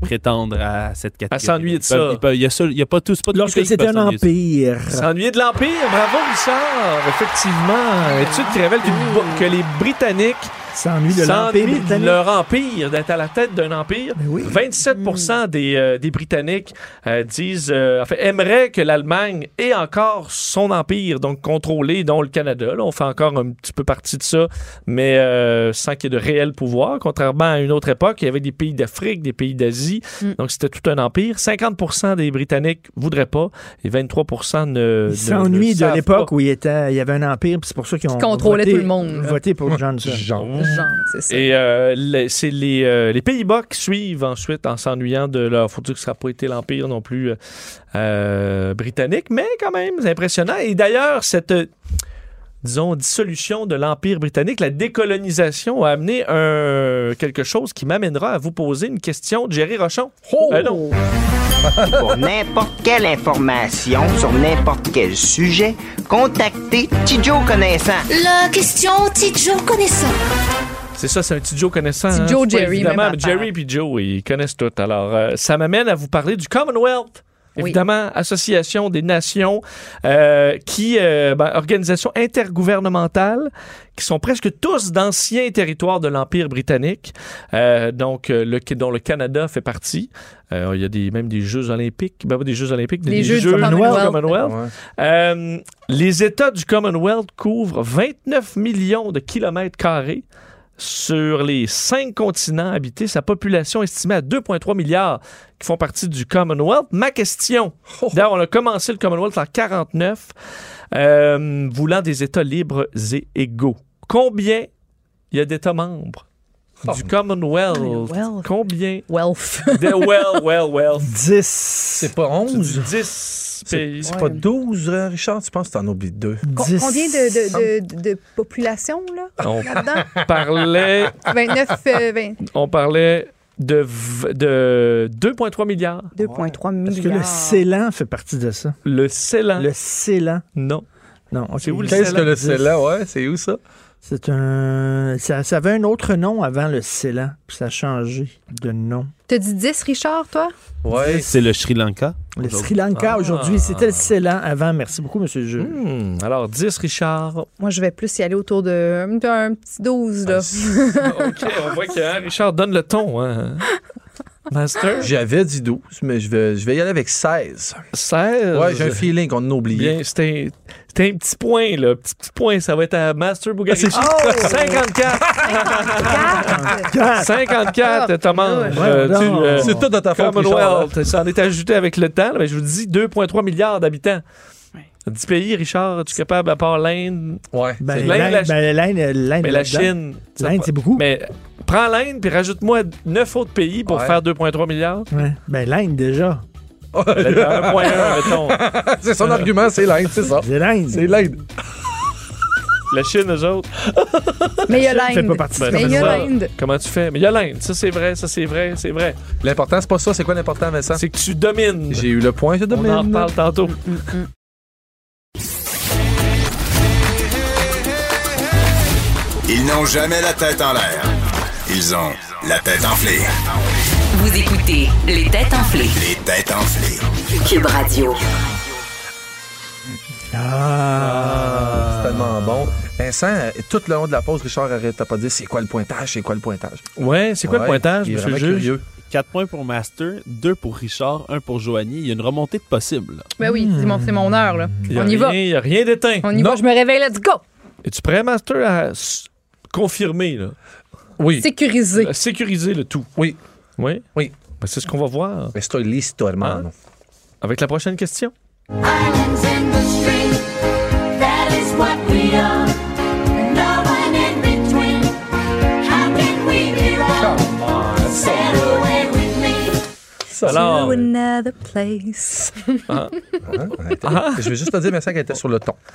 Speaker 9: prétendre à cette catégorie.
Speaker 3: s'ennuyer de
Speaker 9: Ils peuvent-
Speaker 3: ça.
Speaker 9: ils peuvent- Il y a seul- il y a pas tous pas tous les
Speaker 6: Lorsque
Speaker 9: pays qui
Speaker 6: c'était
Speaker 9: peuvent
Speaker 6: un
Speaker 9: s'ennuyer de ça.
Speaker 6: empire.
Speaker 3: S'ennuyer de l'Empire, bravo Richard! Effectivement, étude qui révèle que, que les Britanniques
Speaker 6: S'ennuie de l'empire
Speaker 3: s'ennuient de
Speaker 6: britannique.
Speaker 3: leur empire, d'être à la tête d'un empire.
Speaker 6: Ben oui.
Speaker 3: 27
Speaker 6: Hmm.
Speaker 3: des, euh, des Britanniques euh, disent, euh, en fait, aimeraient que l'Allemagne ait encore son empire, donc contrôlé, dont le Canada. Là, on fait encore un petit peu partie de ça, mais euh, sans qu'il y ait de réel pouvoir. Contrairement à une autre époque, il y avait des pays d'Afrique, des pays d'Asie,
Speaker 6: Hmm.
Speaker 5: Mm.
Speaker 3: donc c'était tout un empire. 50 des Britanniques voudraient pas et 23 euh, ne. ne-
Speaker 6: Ils s'ennuient
Speaker 3: ne
Speaker 6: de
Speaker 3: savent
Speaker 6: l'époque
Speaker 3: pas.
Speaker 6: où il, était, il y avait un empire, puis c'est pour ça qu'ils ont
Speaker 5: contrôlait
Speaker 6: voté-
Speaker 5: tout le monde.
Speaker 6: voté pour Johnson.
Speaker 4: Genre.
Speaker 5: Genre, c'est ça.
Speaker 3: Mmh. Et euh, les- c'est les, euh, les Pays-Bas qui suivent ensuite en s'ennuyant de leur. Faut dire que ça n'a pas été l'Empire non plus euh, euh, britannique, mais quand même, c'est impressionnant. Et d'ailleurs, cette. euh, disons, dissolution de l'Empire britannique, la décolonisation a amené un, quelque chose qui m'amènera à vous poser une question de Jerry Rochon.
Speaker 4: Oh!
Speaker 3: Ben non.
Speaker 11: Pour n'importe quelle information sur n'importe quel sujet, contactez Tidjo Connaissant.
Speaker 12: La question Tidjo connaissant.
Speaker 3: C'est ça, c'est un petit Joe connaissant.
Speaker 5: Petit
Speaker 3: hein.
Speaker 5: Joe,
Speaker 3: C'est pas
Speaker 5: Jerry,
Speaker 3: évidemment,
Speaker 5: même
Speaker 3: mais
Speaker 5: affaire.
Speaker 3: Jerry et Joe, ils connaissent tout. Alors, euh, ça m'amène à vous parler du Commonwealth.
Speaker 5: Oui.
Speaker 3: Évidemment, Association des Nations, euh, qui, euh, ben, organisation intergouvernementale, qui sont presque tous d'anciens territoires de l'Empire britannique, euh, donc euh, le, dont le Canada fait partie. Euh, Il y a des, même des Jeux olympiques, ben, pas des Jeux olympiques, mais
Speaker 5: Les
Speaker 3: des
Speaker 5: Jeux du Commonwealth.
Speaker 4: Ouais.
Speaker 3: euh, les États du Commonwealth couvrent 29 millions de kilomètres carrés sur les cinq continents habités. Sa population estimée à 2,3 milliards qui font partie du Commonwealth. Ma question, d'ailleurs, on a commencé le Commonwealth en 49, euh, voulant des États libres et égaux. Combien il y a d'États membres du Commonwealth?
Speaker 5: Commonwealth.
Speaker 3: Combien?
Speaker 5: Wealth.
Speaker 3: De, well, well, well.
Speaker 6: 10.
Speaker 4: C'est pas 11.
Speaker 3: 10
Speaker 4: C'est
Speaker 3: pays.
Speaker 4: c'est pas 12, euh, Richard? Tu penses que t'en oublies deux?
Speaker 5: Co- Combien de, de, de, de population, là,
Speaker 3: Ah, On
Speaker 5: là-dedans?
Speaker 3: parlait
Speaker 5: 29, euh, 20,
Speaker 3: on parlait de, v- de 2,3 milliards.
Speaker 5: 2,3 milliards.
Speaker 6: Est-ce que le Ceylan fait partie de ça?
Speaker 3: Le Ceylan,
Speaker 6: Le Ceylan.
Speaker 3: non.
Speaker 6: Non, ok.
Speaker 3: Hein? C'est où le
Speaker 4: Qu'est-ce que le
Speaker 6: Ceylan?
Speaker 4: là Ouais, c'est où ça?
Speaker 6: C'est un. Ça, ça avait un autre nom avant le Ceylan, puis ça a changé de nom.
Speaker 5: T'as dit 10, Richard, toi?
Speaker 4: Ouais.
Speaker 9: C'est le Sri Lanka.
Speaker 6: Le Sri Lanka
Speaker 3: Ah.
Speaker 6: aujourd'hui, c'était le Ceylan avant. Merci beaucoup, Monsieur Jules.
Speaker 3: Hmm, alors, 10, Richard.
Speaker 5: Moi, je vais plus y aller autour de un petit 12, là.
Speaker 3: OK, on voit que hein, Richard donne le ton. hein. Master,
Speaker 4: J'avais dit 12, mais je vais, je vais y aller avec 16.
Speaker 3: 16.
Speaker 4: Ouais, j'ai un feeling qu'on a oublié.
Speaker 3: Bien, c'était c'était un petit point, là. Petit, petit point, ça va être à Master
Speaker 4: Ah,
Speaker 3: Bugatti. Oh! 54! 54, Thomas. Euh,
Speaker 6: Ah, Ouais,
Speaker 3: tu,
Speaker 6: non.
Speaker 3: euh,
Speaker 4: C'est tout de ta faute, Richard. hein.
Speaker 3: Commonwealth, ça en est ajouté avec le temps. là, mais je vous dis 2,3 milliards d'habitants. 10 pays, Richard, es-tu capable, à part l'Inde,
Speaker 4: Ouais.
Speaker 6: Ben,
Speaker 3: C'est
Speaker 6: l'Inde,
Speaker 3: l'Inde, la-
Speaker 6: ben, l'Inde- l'Inde
Speaker 3: mais la
Speaker 6: là-dedans.
Speaker 3: Chine? tu sais
Speaker 6: L'Inde,
Speaker 3: pas-
Speaker 6: c'est beaucoup.
Speaker 3: Mais prends l'Inde puis rajoute-moi 9 autres pays pour
Speaker 4: Ouais.
Speaker 3: faire 2,3 milliards.
Speaker 6: Ouais. Ben, l'Inde déjà.
Speaker 3: Là, t'as 1,1, mettons.
Speaker 4: c'est son argument, c'est l'Inde, c'est ça.
Speaker 6: C'est l'Inde.
Speaker 4: C'est l'Inde.
Speaker 3: La Chine, eux autres.
Speaker 5: Mais il y a
Speaker 6: Ça fait pas
Speaker 5: l'Inde.
Speaker 6: partie
Speaker 3: Ben,
Speaker 6: du
Speaker 5: Mais il y a l'Inde.
Speaker 3: Comment tu fais? Mais il y a l'Inde. Ça, c'est vrai, ça, c'est vrai, c'est vrai.
Speaker 4: L'important, c'est pas ça. C'est quoi l'important, Vincent?
Speaker 3: C'est que tu domines.
Speaker 4: J'ai eu le point, je
Speaker 3: On
Speaker 4: domine.
Speaker 3: en reparle tantôt.
Speaker 2: Ils n'ont jamais la tête en l'air. Ils ont la tête enflée.
Speaker 1: Vous écoutez Les têtes enflées.
Speaker 2: Les têtes enflées.
Speaker 1: Cube Radio.
Speaker 6: Ah.
Speaker 4: C'est tellement bon. Vincent, euh, tout le long de la pause, Richard arrête pas de dire c'est quoi le pointage, c'est quoi le pointage.
Speaker 3: Ouais, c'est quoi le
Speaker 4: Ouais,
Speaker 3: pointage,
Speaker 4: il est
Speaker 3: monsieur le
Speaker 4: vraiment
Speaker 3: juge?
Speaker 4: curieux.
Speaker 9: 4 points pour Master, 2 pour Richard, 1 pour Joanie. Il y a une remontée de possible.
Speaker 5: Ben oui, c'est mon, c'est mon heure, là.
Speaker 3: Hmm. Il y a
Speaker 5: On y va.
Speaker 3: rien- Il n'y a rien d'éteint.
Speaker 5: On y va, je me réveille, let's go!
Speaker 3: Es-tu prêt, Master, à s- confirmer, là? Oui.
Speaker 5: Sécurisé.
Speaker 3: À Sécuriser le tout.
Speaker 4: Oui.
Speaker 3: Oui?
Speaker 4: Oui.
Speaker 3: Ben, c'est ce qu'on va voir
Speaker 4: Estoy listo,
Speaker 3: Ah.
Speaker 4: hermano.
Speaker 3: avec la prochaine question.
Speaker 12: Islands in the stream, that is what we are. No one in between.
Speaker 3: Alors,
Speaker 5: To another place.
Speaker 4: Hein? Elle était- Je vais juste te dire, Vincent, qu'elle était sur le ton.
Speaker 3: Ah.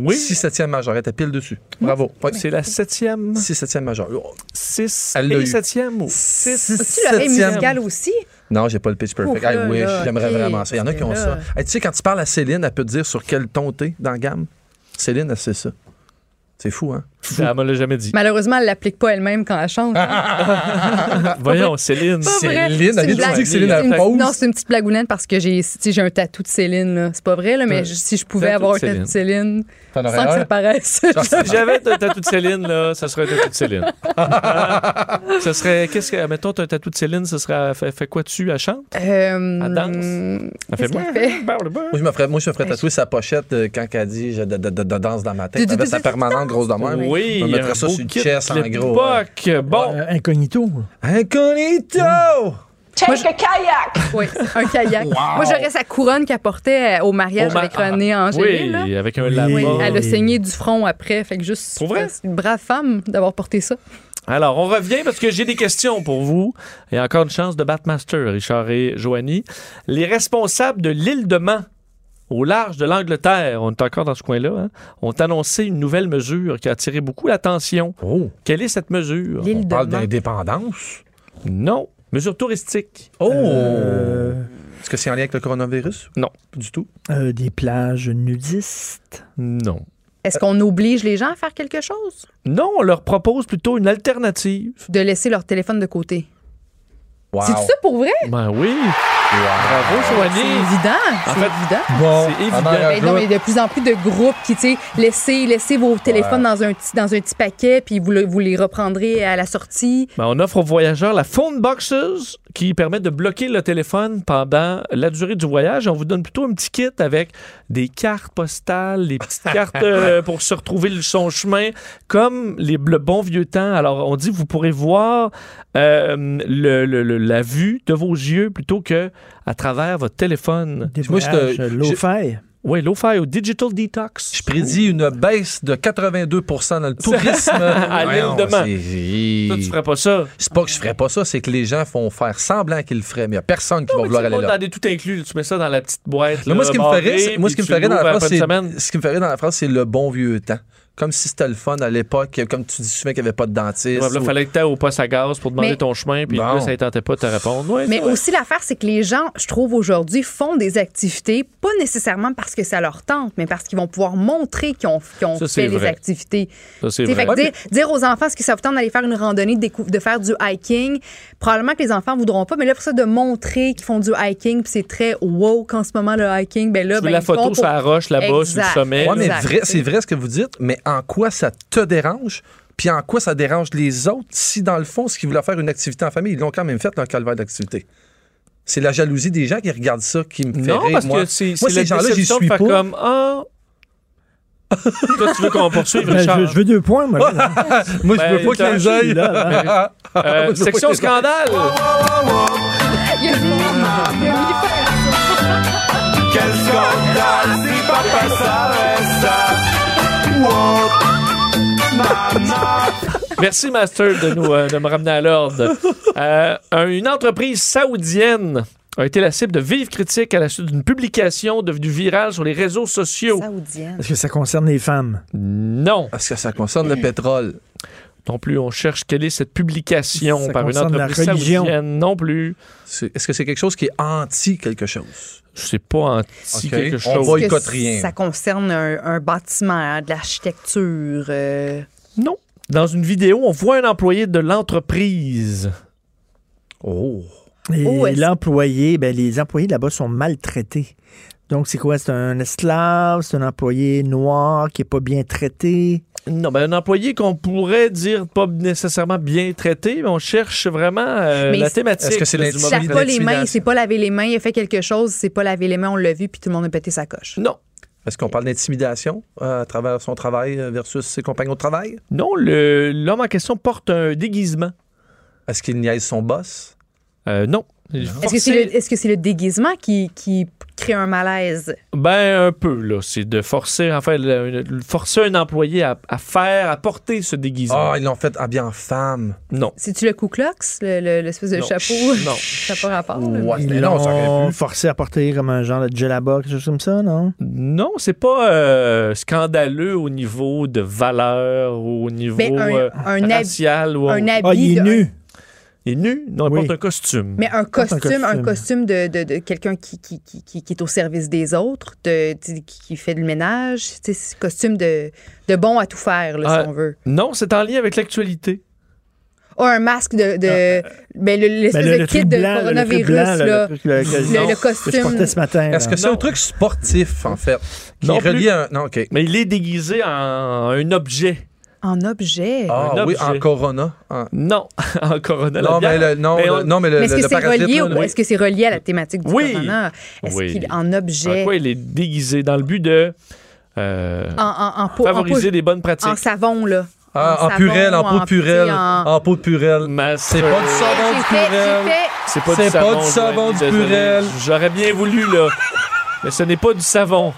Speaker 3: Oui.
Speaker 4: 6 septième majeur, elle était pile dessus. Bravo.
Speaker 3: C'est la septième.
Speaker 4: 6 septième majeur.
Speaker 3: 6
Speaker 4: Elle l'a
Speaker 3: et
Speaker 4: eu.
Speaker 3: septième ou 6
Speaker 5: Tu l'avais musical aussi?
Speaker 4: Non, j'ai pas le pitch perfect.
Speaker 5: Ouf, là,
Speaker 4: I wish.
Speaker 5: là,
Speaker 4: J'aimerais
Speaker 5: ok.
Speaker 4: vraiment ça. Il y en a qui ont
Speaker 5: Là.
Speaker 4: ça. Hey, tu sais, quand tu parles à Céline, elle peut te dire sur quel ton t'es dans la gamme. Céline, elle sait ça. C'est fou, hein?
Speaker 3: Elle me l'a jamais dit.
Speaker 5: Malheureusement, elle l'applique pas elle-même quand elle chante. hein. Ah,
Speaker 3: Voyons, Ah, Céline.
Speaker 5: Pas vrai. C'est une blague. C'est une- Non, c'est une petite blagounette parce que j'ai tu sais, j'ai un tatou de Céline. là. C'est pas vrai, là, mais
Speaker 3: Ouais.
Speaker 5: je- si je pouvais
Speaker 3: Tatou
Speaker 5: avoir
Speaker 3: de
Speaker 5: un tatou de Céline,
Speaker 3: T'en
Speaker 5: sans
Speaker 3: aurais
Speaker 5: que
Speaker 3: un?
Speaker 5: ça paraisse.
Speaker 3: Si j'avais un tatou de Céline, là, ça serait un tatou de Céline. Ah, ça serait. Qu'est-ce que. Mettons, t'as un tatou de Céline, ça serait. elle Fait, fait quoi dessus? Elle chante?
Speaker 5: Euh,
Speaker 3: Elle danse? Elle fait
Speaker 5: qu'est-ce
Speaker 3: moi?
Speaker 5: qu'elle fait?
Speaker 4: Moi, je me ferais, moi, je me ferais tatouer sa pochette euh, quand elle dit je de, de- de- de danse dans ma tête.
Speaker 5: De- de-
Speaker 4: Avec
Speaker 5: de-
Speaker 4: sa permanente grosse de même.
Speaker 3: Ah Oui,
Speaker 4: Je me mettrais
Speaker 3: un
Speaker 4: ça
Speaker 3: beau
Speaker 4: sur une
Speaker 3: kit
Speaker 4: chest en
Speaker 3: de
Speaker 4: gros. hein.
Speaker 3: l'époque. Bon.
Speaker 6: Euh, incognito.
Speaker 4: Incognito!
Speaker 5: Moi, je- Oui, un kayak.
Speaker 3: Wow.
Speaker 5: Moi, j'aurais sa couronne qu'elle portait euh, au mariage
Speaker 3: Au ma-
Speaker 5: avec René Angélil.
Speaker 3: Oui,
Speaker 5: là.
Speaker 3: avec un
Speaker 5: Oui,
Speaker 3: lama.
Speaker 5: elle a saigné du front après. Fait que juste.
Speaker 3: Pour vrai?
Speaker 5: euh, c'est une brave femme d'avoir porté ça.
Speaker 3: Alors, on revient parce que j'ai des questions pour vous. Et encore une chance de Batmaster, Richard et Joanie. Les responsables de l'île de Man, au large de l'Angleterre, on est encore dans ce coin-là, hein, ont annoncé une nouvelle mesure qui a attiré beaucoup l'attention. Quelle est cette mesure?
Speaker 4: L'île On de Oh, parle Man.
Speaker 3: d'indépendance? Non. Mesure touristique.
Speaker 4: Oh! Euh, Est-ce que c'est en lien avec le coronavirus?
Speaker 3: Non.
Speaker 4: Pas du tout.
Speaker 6: Euh, des plages nudistes.
Speaker 3: Non.
Speaker 5: Est-ce qu'on oblige les gens à faire quelque chose?
Speaker 3: Non, on leur propose plutôt une alternative.
Speaker 5: De laisser leur téléphone de côté.
Speaker 3: Wow.
Speaker 5: C'est ça pour vrai?
Speaker 3: Ben oui. Bravo,
Speaker 5: C'est
Speaker 3: Oh, Joanie.
Speaker 5: évident.
Speaker 3: En
Speaker 5: C'est
Speaker 3: fait, euh,
Speaker 5: évident.
Speaker 3: Bon, c'est évident.
Speaker 5: Ben non, mais il y a de plus en plus de groupes qui, tu sais, laissez, laissez vos téléphones dans un petit dans un petit paquet, puis vous, le- vous les reprendrez à la sortie.
Speaker 3: Ben, on offre aux voyageurs la phone boxes qui permet de bloquer le téléphone pendant la durée du voyage. On vous donne plutôt un petit kit avec des cartes postales, des petites cartes euh, pour se retrouver le- son chemin, comme les, le bon vieux temps. Alors, on dit vous pourrez voir euh, le- le- le- la vue de vos yeux plutôt que à travers votre téléphone.
Speaker 6: Des euh, Moi, je te- voyages low-fi.
Speaker 3: Oui, low-fi ou digital detox.
Speaker 4: Je prédis une baisse de 82 dans le tourisme.
Speaker 3: À l'île
Speaker 4: Voyons,
Speaker 3: de Man.
Speaker 4: c'est-
Speaker 3: Toi, tu ferais pas ça.
Speaker 4: C'est pas que je ferais pas ça, c'est que les gens font faire semblant qu'ils le feraient, mais il n'y a personne qui va
Speaker 3: Tu
Speaker 4: vouloir
Speaker 3: le
Speaker 4: aller
Speaker 3: montes
Speaker 4: là.
Speaker 3: dans des tout inclus, tu mets ça dans la petite boîte.
Speaker 4: Mais
Speaker 3: là,
Speaker 4: moi, ce qui me ferait,
Speaker 3: barrée,
Speaker 4: c'est- moi, ce
Speaker 3: puis
Speaker 4: qui me
Speaker 3: tu
Speaker 4: ferait dans
Speaker 3: l'ouvres
Speaker 4: la
Speaker 3: à
Speaker 4: France,
Speaker 3: fin de
Speaker 4: c'est
Speaker 3: semaine.
Speaker 4: ce qui me ferait dans la France, c'est le bon vieux temps. Comme si c'était le fun à l'époque, comme tu dis souvent qu'il n'y avait pas de dentiste.
Speaker 3: Ouais, là,
Speaker 4: ou-
Speaker 3: fallait que tu au poste à gaz pour demander
Speaker 5: Mais-
Speaker 3: ton chemin, puis
Speaker 4: Bon.
Speaker 3: là, ça ne tentait pas de te répondre. Ouais,
Speaker 5: Mais
Speaker 3: c'est vrai.
Speaker 5: aussi l'affaire, c'est que les gens, je trouve aujourd'hui, font des activités pas nécessairement parce que ça leur tente, mais parce qu'ils vont pouvoir montrer qu'ils ont, qu'ils ont
Speaker 3: Ça, c'est
Speaker 5: fait les
Speaker 3: vrai.
Speaker 5: activités.
Speaker 3: Ça, c'est
Speaker 5: T'sais,
Speaker 3: vrai.
Speaker 5: fait que dire, dire aux enfants ce que ça vous tente d'aller faire une randonnée, de, décou- de faire du hiking, probablement que les enfants voudront pas, mais là, pour ça, de montrer qu'ils font du hiking, puis c'est très woke en ce moment, le hiking, ben là,
Speaker 3: Sous
Speaker 5: ben,
Speaker 3: la
Speaker 5: ils font
Speaker 3: photo,
Speaker 5: pour-
Speaker 3: ça arroche là-bas, sur le
Speaker 5: Exact.
Speaker 3: sommet.
Speaker 4: Ouais, mais
Speaker 5: Exact.
Speaker 4: vrai, c'est vrai ce que vous dites, mais en quoi ça te dérange? Puis en quoi ça dérange les autres si, dans le fond, ce qu'ils voulaient faire une activité en famille, ils l'ont quand même fait, leur calvaire d'activité? C'est la jalousie des gens qui regardent ça qui me fait
Speaker 3: Non,
Speaker 4: rire.
Speaker 3: parce
Speaker 4: moi.
Speaker 3: que c'est c'est
Speaker 4: moi,
Speaker 3: la
Speaker 4: ces gens-là, j'y
Speaker 3: déception de
Speaker 4: suis pas.
Speaker 3: faire comme Ah. Toi, tu veux qu'on poursuive,
Speaker 6: Ben,
Speaker 3: Richard?
Speaker 6: je, je veux deux points, moi. là. hein,
Speaker 4: Moi,
Speaker 3: Ben, Richard, je suis là, ben. Euh,
Speaker 6: Moi, je veux
Speaker 3: section
Speaker 6: pas-
Speaker 3: scandale.
Speaker 5: Il y a- il y a voulu faire ça.
Speaker 8: Quel scandale si papa savait ça. Wow. Maman.
Speaker 3: Merci, Master, de, nous, euh, de me ramener à l'ordre. Euh, un- une entreprise saoudienne a été la cible de vives critiques à la suite d'une publication devenue virale sur les réseaux sociaux.
Speaker 5: Saoudienne.
Speaker 6: Est-ce que ça concerne les femmes?
Speaker 3: Non.
Speaker 4: Est-ce que ça concerne le pétrole?
Speaker 3: Non plus, on cherche quelle est cette publication
Speaker 4: Ça
Speaker 3: par une
Speaker 4: concerne la
Speaker 3: entreprise
Speaker 4: religion.
Speaker 3: saoudienne. Non plus.
Speaker 4: C'est- Est-ce que c'est quelque chose qui est anti quelque chose?
Speaker 3: Je sais pas anti
Speaker 4: Ok,
Speaker 3: quelque chose.
Speaker 4: on boycotte
Speaker 5: Que
Speaker 4: rien.
Speaker 5: Ça concerne un, un bâtiment, hein, de l'architecture. euh.
Speaker 3: Non. Dans une vidéo, on voit un employé de l'entreprise.
Speaker 4: Oh.
Speaker 6: Et
Speaker 3: Oh, est-ce-
Speaker 6: l'employé, ben, les employés là-bas sont maltraités. Donc, c'est quoi? C'est un esclave, c'est un employé noir qui n'est pas bien traité.
Speaker 3: Non, ben un employé qu'on pourrait dire pas nécessairement bien traité, mais on cherche vraiment euh,
Speaker 5: Mais
Speaker 3: la
Speaker 5: c'est-
Speaker 3: thématique.
Speaker 5: Il
Speaker 3: du
Speaker 5: se
Speaker 3: moment.
Speaker 5: lave pas les mains, il s'est pas lavé les mains, il a fait quelque chose, il s'est pas lavé les mains, on l'a vu, puis tout le monde a pété sa coche.
Speaker 3: Non.
Speaker 4: Est-ce qu'on parle d'intimidation euh, à travers son travail euh, versus ses compagnons de travail?
Speaker 3: Non, le- l'homme en question porte un déguisement. Euh,
Speaker 4: Est-ce qu'il niaise son boss?
Speaker 3: non.
Speaker 5: Est-ce que c'est le, est-ce que c'est le déguisement qui, qui, créer un malaise.
Speaker 3: Ben, un peu, là. C'est de forcer, en fait, le- le- forcer un employé à, à faire, à porter ce déguisement.
Speaker 4: Ah, ils l'ont fait habillé en femme.
Speaker 3: Non.
Speaker 5: C'est-tu le Ku Klux, le- le- l'espèce de
Speaker 3: Non.
Speaker 5: chapeau?
Speaker 3: Non.
Speaker 5: Ça n'a pas rapport. là.
Speaker 4: Ouais,
Speaker 6: Ils
Speaker 4: Ah, mais non, ça aurait
Speaker 6: l'ont
Speaker 4: pu.
Speaker 6: forcé à porter comme un genre de djellaba, quelque chose comme ça, non?
Speaker 3: Non, c'est pas euh, scandaleux au niveau de valeur, au niveau
Speaker 5: Ben, un-
Speaker 3: euh,
Speaker 5: un hab-
Speaker 3: racial. ou-
Speaker 5: Un habit.
Speaker 6: Ah, il est
Speaker 5: de-
Speaker 6: nu.
Speaker 3: Il est nu? Non, il
Speaker 6: Oui.
Speaker 3: porte un costume.
Speaker 5: Mais un costume,
Speaker 6: costume.
Speaker 5: un costume de, de, de quelqu'un qui, qui, qui, qui- qui est au service des autres, de, tu sais, qui, qui fait le ménage, tu sais, c'est un costume de, de bon à tout faire, là,
Speaker 3: Ah.
Speaker 5: si on veut.
Speaker 3: Non, c'est en lien avec l'actualité.
Speaker 5: Ah, un masque de, de
Speaker 3: Ah.
Speaker 5: ben, le- l'espèce
Speaker 6: Ben, le,
Speaker 5: de
Speaker 6: le
Speaker 5: kit
Speaker 6: truc
Speaker 5: de
Speaker 6: blanc, là, le truc
Speaker 5: coronavirus,
Speaker 6: blanc, là,
Speaker 5: là.
Speaker 6: le, truc, le- que-
Speaker 5: Le-
Speaker 6: non,
Speaker 5: le
Speaker 6: que je portais
Speaker 5: costume.
Speaker 6: ce matin.
Speaker 4: Est-ce
Speaker 6: là.
Speaker 4: que c'est
Speaker 3: Non.
Speaker 4: un truc sportif, en fait? Qui
Speaker 3: Non
Speaker 4: est
Speaker 3: plus.
Speaker 4: relié à un. Non, OK.
Speaker 3: Mais il est déguisé en un objet.
Speaker 5: En objet.
Speaker 4: Ah
Speaker 3: Un
Speaker 4: oui,
Speaker 3: objet.
Speaker 4: en Corona. En-
Speaker 3: Non, en Corona. la
Speaker 4: Non, mais
Speaker 3: bière.
Speaker 4: le, non,
Speaker 3: Mais
Speaker 4: le-
Speaker 3: on-
Speaker 4: non, mais le,
Speaker 5: Mais est-ce
Speaker 4: le
Speaker 5: que c'est
Speaker 4: parasite,
Speaker 5: relié,
Speaker 4: là,
Speaker 5: au-
Speaker 4: oui.
Speaker 5: est-ce que c'est relié à la thématique du
Speaker 3: Oui.
Speaker 5: corona? Est-ce
Speaker 3: Oui.
Speaker 5: qu'il en
Speaker 3: En
Speaker 5: objet?
Speaker 4: Ah,
Speaker 3: quoi il est déguisé dans le but de euh,
Speaker 5: En, en, en peau- en peau-
Speaker 3: favoriser des bonnes pratiques?
Speaker 5: en savon, là.
Speaker 4: Ah, en
Speaker 5: savon,
Speaker 4: purel, en peau de purel.
Speaker 5: tu sais, en-
Speaker 4: En peau de purel.
Speaker 3: Mais
Speaker 4: C'est pas du
Speaker 5: Hey,
Speaker 4: savon
Speaker 5: j'ai
Speaker 4: du
Speaker 5: fait- j'ai
Speaker 4: purel.
Speaker 5: fait-
Speaker 3: C'est pas,
Speaker 4: C'est
Speaker 3: du,
Speaker 4: pas
Speaker 3: savon,
Speaker 4: du
Speaker 3: Joanie,
Speaker 4: savon du
Speaker 3: désolé.
Speaker 4: Purel.
Speaker 3: J'aurais bien voulu, là. Mais ce n'est pas du savon.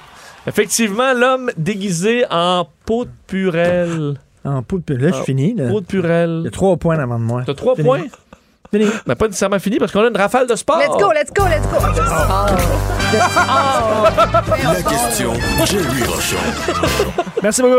Speaker 3: Effectivement, l'homme déguisé en peau de Purel.
Speaker 6: En peau de purée. Là, je
Speaker 3: Ah,
Speaker 6: finis. là.
Speaker 3: Peau de
Speaker 6: Il y a
Speaker 3: Purel.
Speaker 6: trois points avant de moi.
Speaker 3: T'as trois
Speaker 6: Fini.
Speaker 3: points?
Speaker 6: Fini.
Speaker 3: Mais pas nécessairement fini parce qu'on a une rafale de sport.
Speaker 5: Let's go, let's go, let's go.
Speaker 4: Ah.
Speaker 5: Ah.
Speaker 2: La question, Jerry Rochon.
Speaker 6: Merci beaucoup.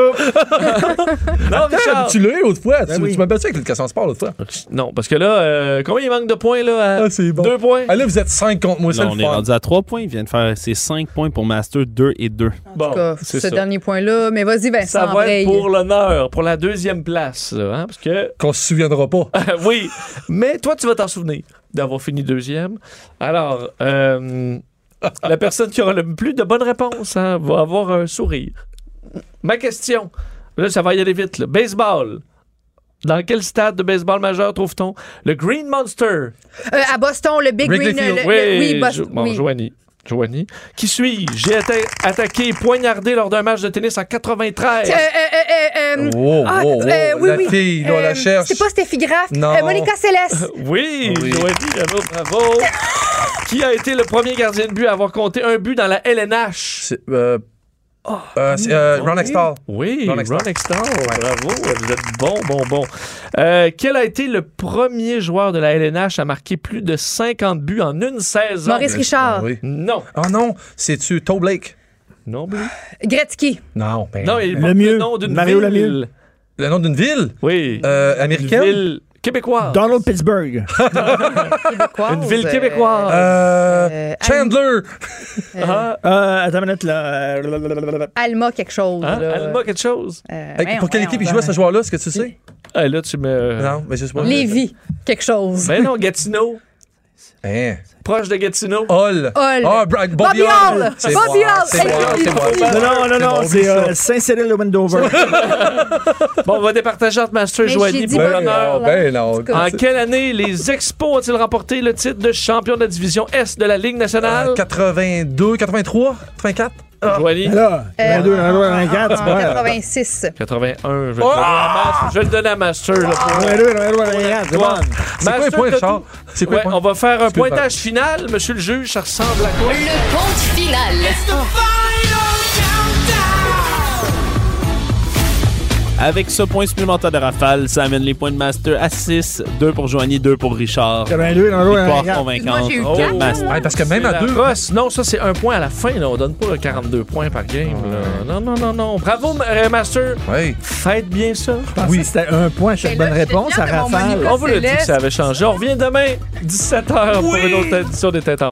Speaker 3: Non,
Speaker 4: Ah,
Speaker 3: Richard.
Speaker 4: Tu l'as eu autrefois. Tu,
Speaker 6: oui.
Speaker 4: tu m'as battu avec l'éducation sport l'autre fois.
Speaker 3: Non, parce que là, euh, combien il manque de points, là? à-
Speaker 4: Ah, c'est bon.
Speaker 3: Deux points.
Speaker 4: Ah, là, vous êtes 5 contre moi, c'est
Speaker 9: Là,
Speaker 4: le
Speaker 9: on est
Speaker 4: fun.
Speaker 9: rendu à 3 points. Il vient de faire ses 5 points pour Master 2 et 2.
Speaker 5: En tout cas,
Speaker 3: Bon, c'est
Speaker 5: ce
Speaker 3: ça.
Speaker 5: dernier point-là. Mais vas-y, Vincent.
Speaker 3: Ça va
Speaker 5: Breil.
Speaker 3: être pour l'honneur, pour la deuxième place, là, hein, parce que
Speaker 4: Qu'on se souviendra pas.
Speaker 3: oui, mais toi, tu vas t'en souvenir d'avoir fini deuxième. Alors, euh, la personne qui aura le plus de bonnes réponses hein, va avoir un sourire. Ma question, là, ça va y aller vite. là. Baseball. Dans quel stade de baseball majeur trouve-t-on le Green Monster?
Speaker 5: Euh, à Boston, le Big
Speaker 4: Wrigley
Speaker 5: Green. le-
Speaker 4: Field.
Speaker 5: le-
Speaker 3: Oui,
Speaker 5: oui, Boston.
Speaker 3: Jo- bon,
Speaker 5: oui.
Speaker 3: Joanie. Joanie. Qui suis-je? J'ai été attaqué et poignardé lors d'un match de tennis en 93.
Speaker 5: Euh, euh, euh, euh, euh,
Speaker 4: Wow,
Speaker 5: ah,
Speaker 4: wow, wow.
Speaker 5: euh, oui,
Speaker 4: La
Speaker 5: oui.
Speaker 4: fille, là, on
Speaker 5: Euh,
Speaker 4: la cherche.
Speaker 5: C'est pas Steffi Graff.
Speaker 4: Non.
Speaker 5: Euh, Monica Seles.
Speaker 3: Oui,
Speaker 4: Oui.
Speaker 3: Joanie, bravo, bravo. Qui a été le premier gardien de but à avoir compté un but dans la LNH?
Speaker 4: C'est, euh,
Speaker 5: Oh,
Speaker 4: euh, c'est, euh, Ron Extall.
Speaker 3: Oui, Ron
Speaker 4: Ron Extall.
Speaker 3: Extall. Bravo, vous êtes bon, bon, bon. Euh, quel a été le premier joueur de la LNH à marquer plus de 50 buts en une saison?
Speaker 5: Maurice Richard.
Speaker 4: Oui.
Speaker 3: Non,
Speaker 4: Ah non, c'est-tu Toe Blake?
Speaker 3: non, Blue.
Speaker 5: Gretzky.
Speaker 4: Non, ben,
Speaker 3: Non, il
Speaker 6: Le
Speaker 3: porte le
Speaker 6: mieux.
Speaker 3: nom d'une
Speaker 6: Mario
Speaker 3: ville.
Speaker 6: Lemieux.
Speaker 4: Le nom d'une ville
Speaker 3: Oui.
Speaker 4: euh,
Speaker 3: Une
Speaker 4: américaine?
Speaker 3: ville québécoise.
Speaker 6: Donald Pittsburgh.
Speaker 5: Québécoise.
Speaker 3: Une ville
Speaker 5: Euh,
Speaker 3: québécoise.
Speaker 4: Euh,
Speaker 5: Euh,
Speaker 4: Chandler!
Speaker 3: Ah,
Speaker 6: Euh, attends une minute, là. Euh,
Speaker 5: Alma quelque chose.
Speaker 3: hein,
Speaker 5: là.
Speaker 3: Alma, quelque chose.
Speaker 5: Euh,
Speaker 4: Hey,
Speaker 5: voyons,
Speaker 4: pour quelle
Speaker 5: voyons,
Speaker 4: équipe il jouait ce joueur-là, est-ce que tu sais?
Speaker 3: Ah, là, tu me.
Speaker 4: Non, mais je sais pas.
Speaker 5: Lévi quelque chose.
Speaker 3: Ben non, Gatineau.
Speaker 4: Hein.
Speaker 3: Proche de Gatineau.
Speaker 4: Hall.
Speaker 5: Hall.
Speaker 4: Ah, Bra-
Speaker 5: Bobby
Speaker 4: Bobby Hall.
Speaker 5: Hall.
Speaker 4: C'est
Speaker 5: Bobby
Speaker 4: moi,
Speaker 5: Hall.
Speaker 4: C'est moi,
Speaker 5: Hey,
Speaker 4: c'est moi.
Speaker 5: Bobby
Speaker 6: Non, non, non, non,
Speaker 4: bon,
Speaker 6: c'est
Speaker 4: oublie
Speaker 6: euh,
Speaker 4: ça.
Speaker 6: Saint-Cyril le Wendover.
Speaker 3: Bon, on va départager entre Master et
Speaker 5: Mais j'ai
Speaker 3: Joanie
Speaker 5: dit
Speaker 3: pour
Speaker 5: Bobby
Speaker 4: Ben
Speaker 3: l'honneur.
Speaker 4: non, ben non.
Speaker 5: cas.
Speaker 3: En
Speaker 4: En
Speaker 3: quelle année les Expos ont-ils remporté le titre de champion de la division S de la Ligue nationale?
Speaker 4: Euh, 82, 83,
Speaker 3: Ben,
Speaker 4: 84?
Speaker 3: Joanie?
Speaker 4: Ah.
Speaker 6: Là,
Speaker 5: Euh,
Speaker 6: 22, 24,
Speaker 4: ben,
Speaker 5: En
Speaker 6: ouais.
Speaker 5: 86.
Speaker 3: 81. Je
Speaker 4: Ah!
Speaker 3: vais, le donner à Master. là, pour-
Speaker 6: 22, 24, c'est bon.
Speaker 4: C'est quoi un
Speaker 3: Master,
Speaker 4: point,
Speaker 3: t'as
Speaker 4: Richard?
Speaker 3: tout.
Speaker 4: C'est quoi un
Speaker 3: Ouais,
Speaker 4: point?
Speaker 3: on va faire un
Speaker 4: Excuse-moi.
Speaker 3: pointage final, monsieur le juge. Ça ressemble à quoi?
Speaker 12: Le compte final.
Speaker 9: Avec ce point supplémentaire de rafale, ça amène les points de Master à 6. 2 pour Joanie, 2 pour Richard.
Speaker 6: 22,
Speaker 9: Victoire
Speaker 6: 24.
Speaker 9: convaincante Oh.
Speaker 5: j'ai eu
Speaker 9: de Master.
Speaker 4: Oh, Ouais, parce que même
Speaker 3: C'est
Speaker 4: à
Speaker 3: la
Speaker 4: deux.
Speaker 3: rosse. Non, ça, c'est un point à la fin. Là. On donne pas le 42 points par game. là. Non, non, non, non. Bravo, M- euh, Master.
Speaker 4: Ouais.
Speaker 3: Faites bien ça.
Speaker 6: Oui, c'était un point à chaque
Speaker 5: Mais
Speaker 6: bonne
Speaker 5: là, j'étais
Speaker 6: réponse à
Speaker 5: fière de mon
Speaker 6: rafale.
Speaker 5: Monica
Speaker 3: On vous le dit
Speaker 5: Céleste.
Speaker 3: que ça avait changé. On revient demain, 17h, pour une autre édition des Têtes en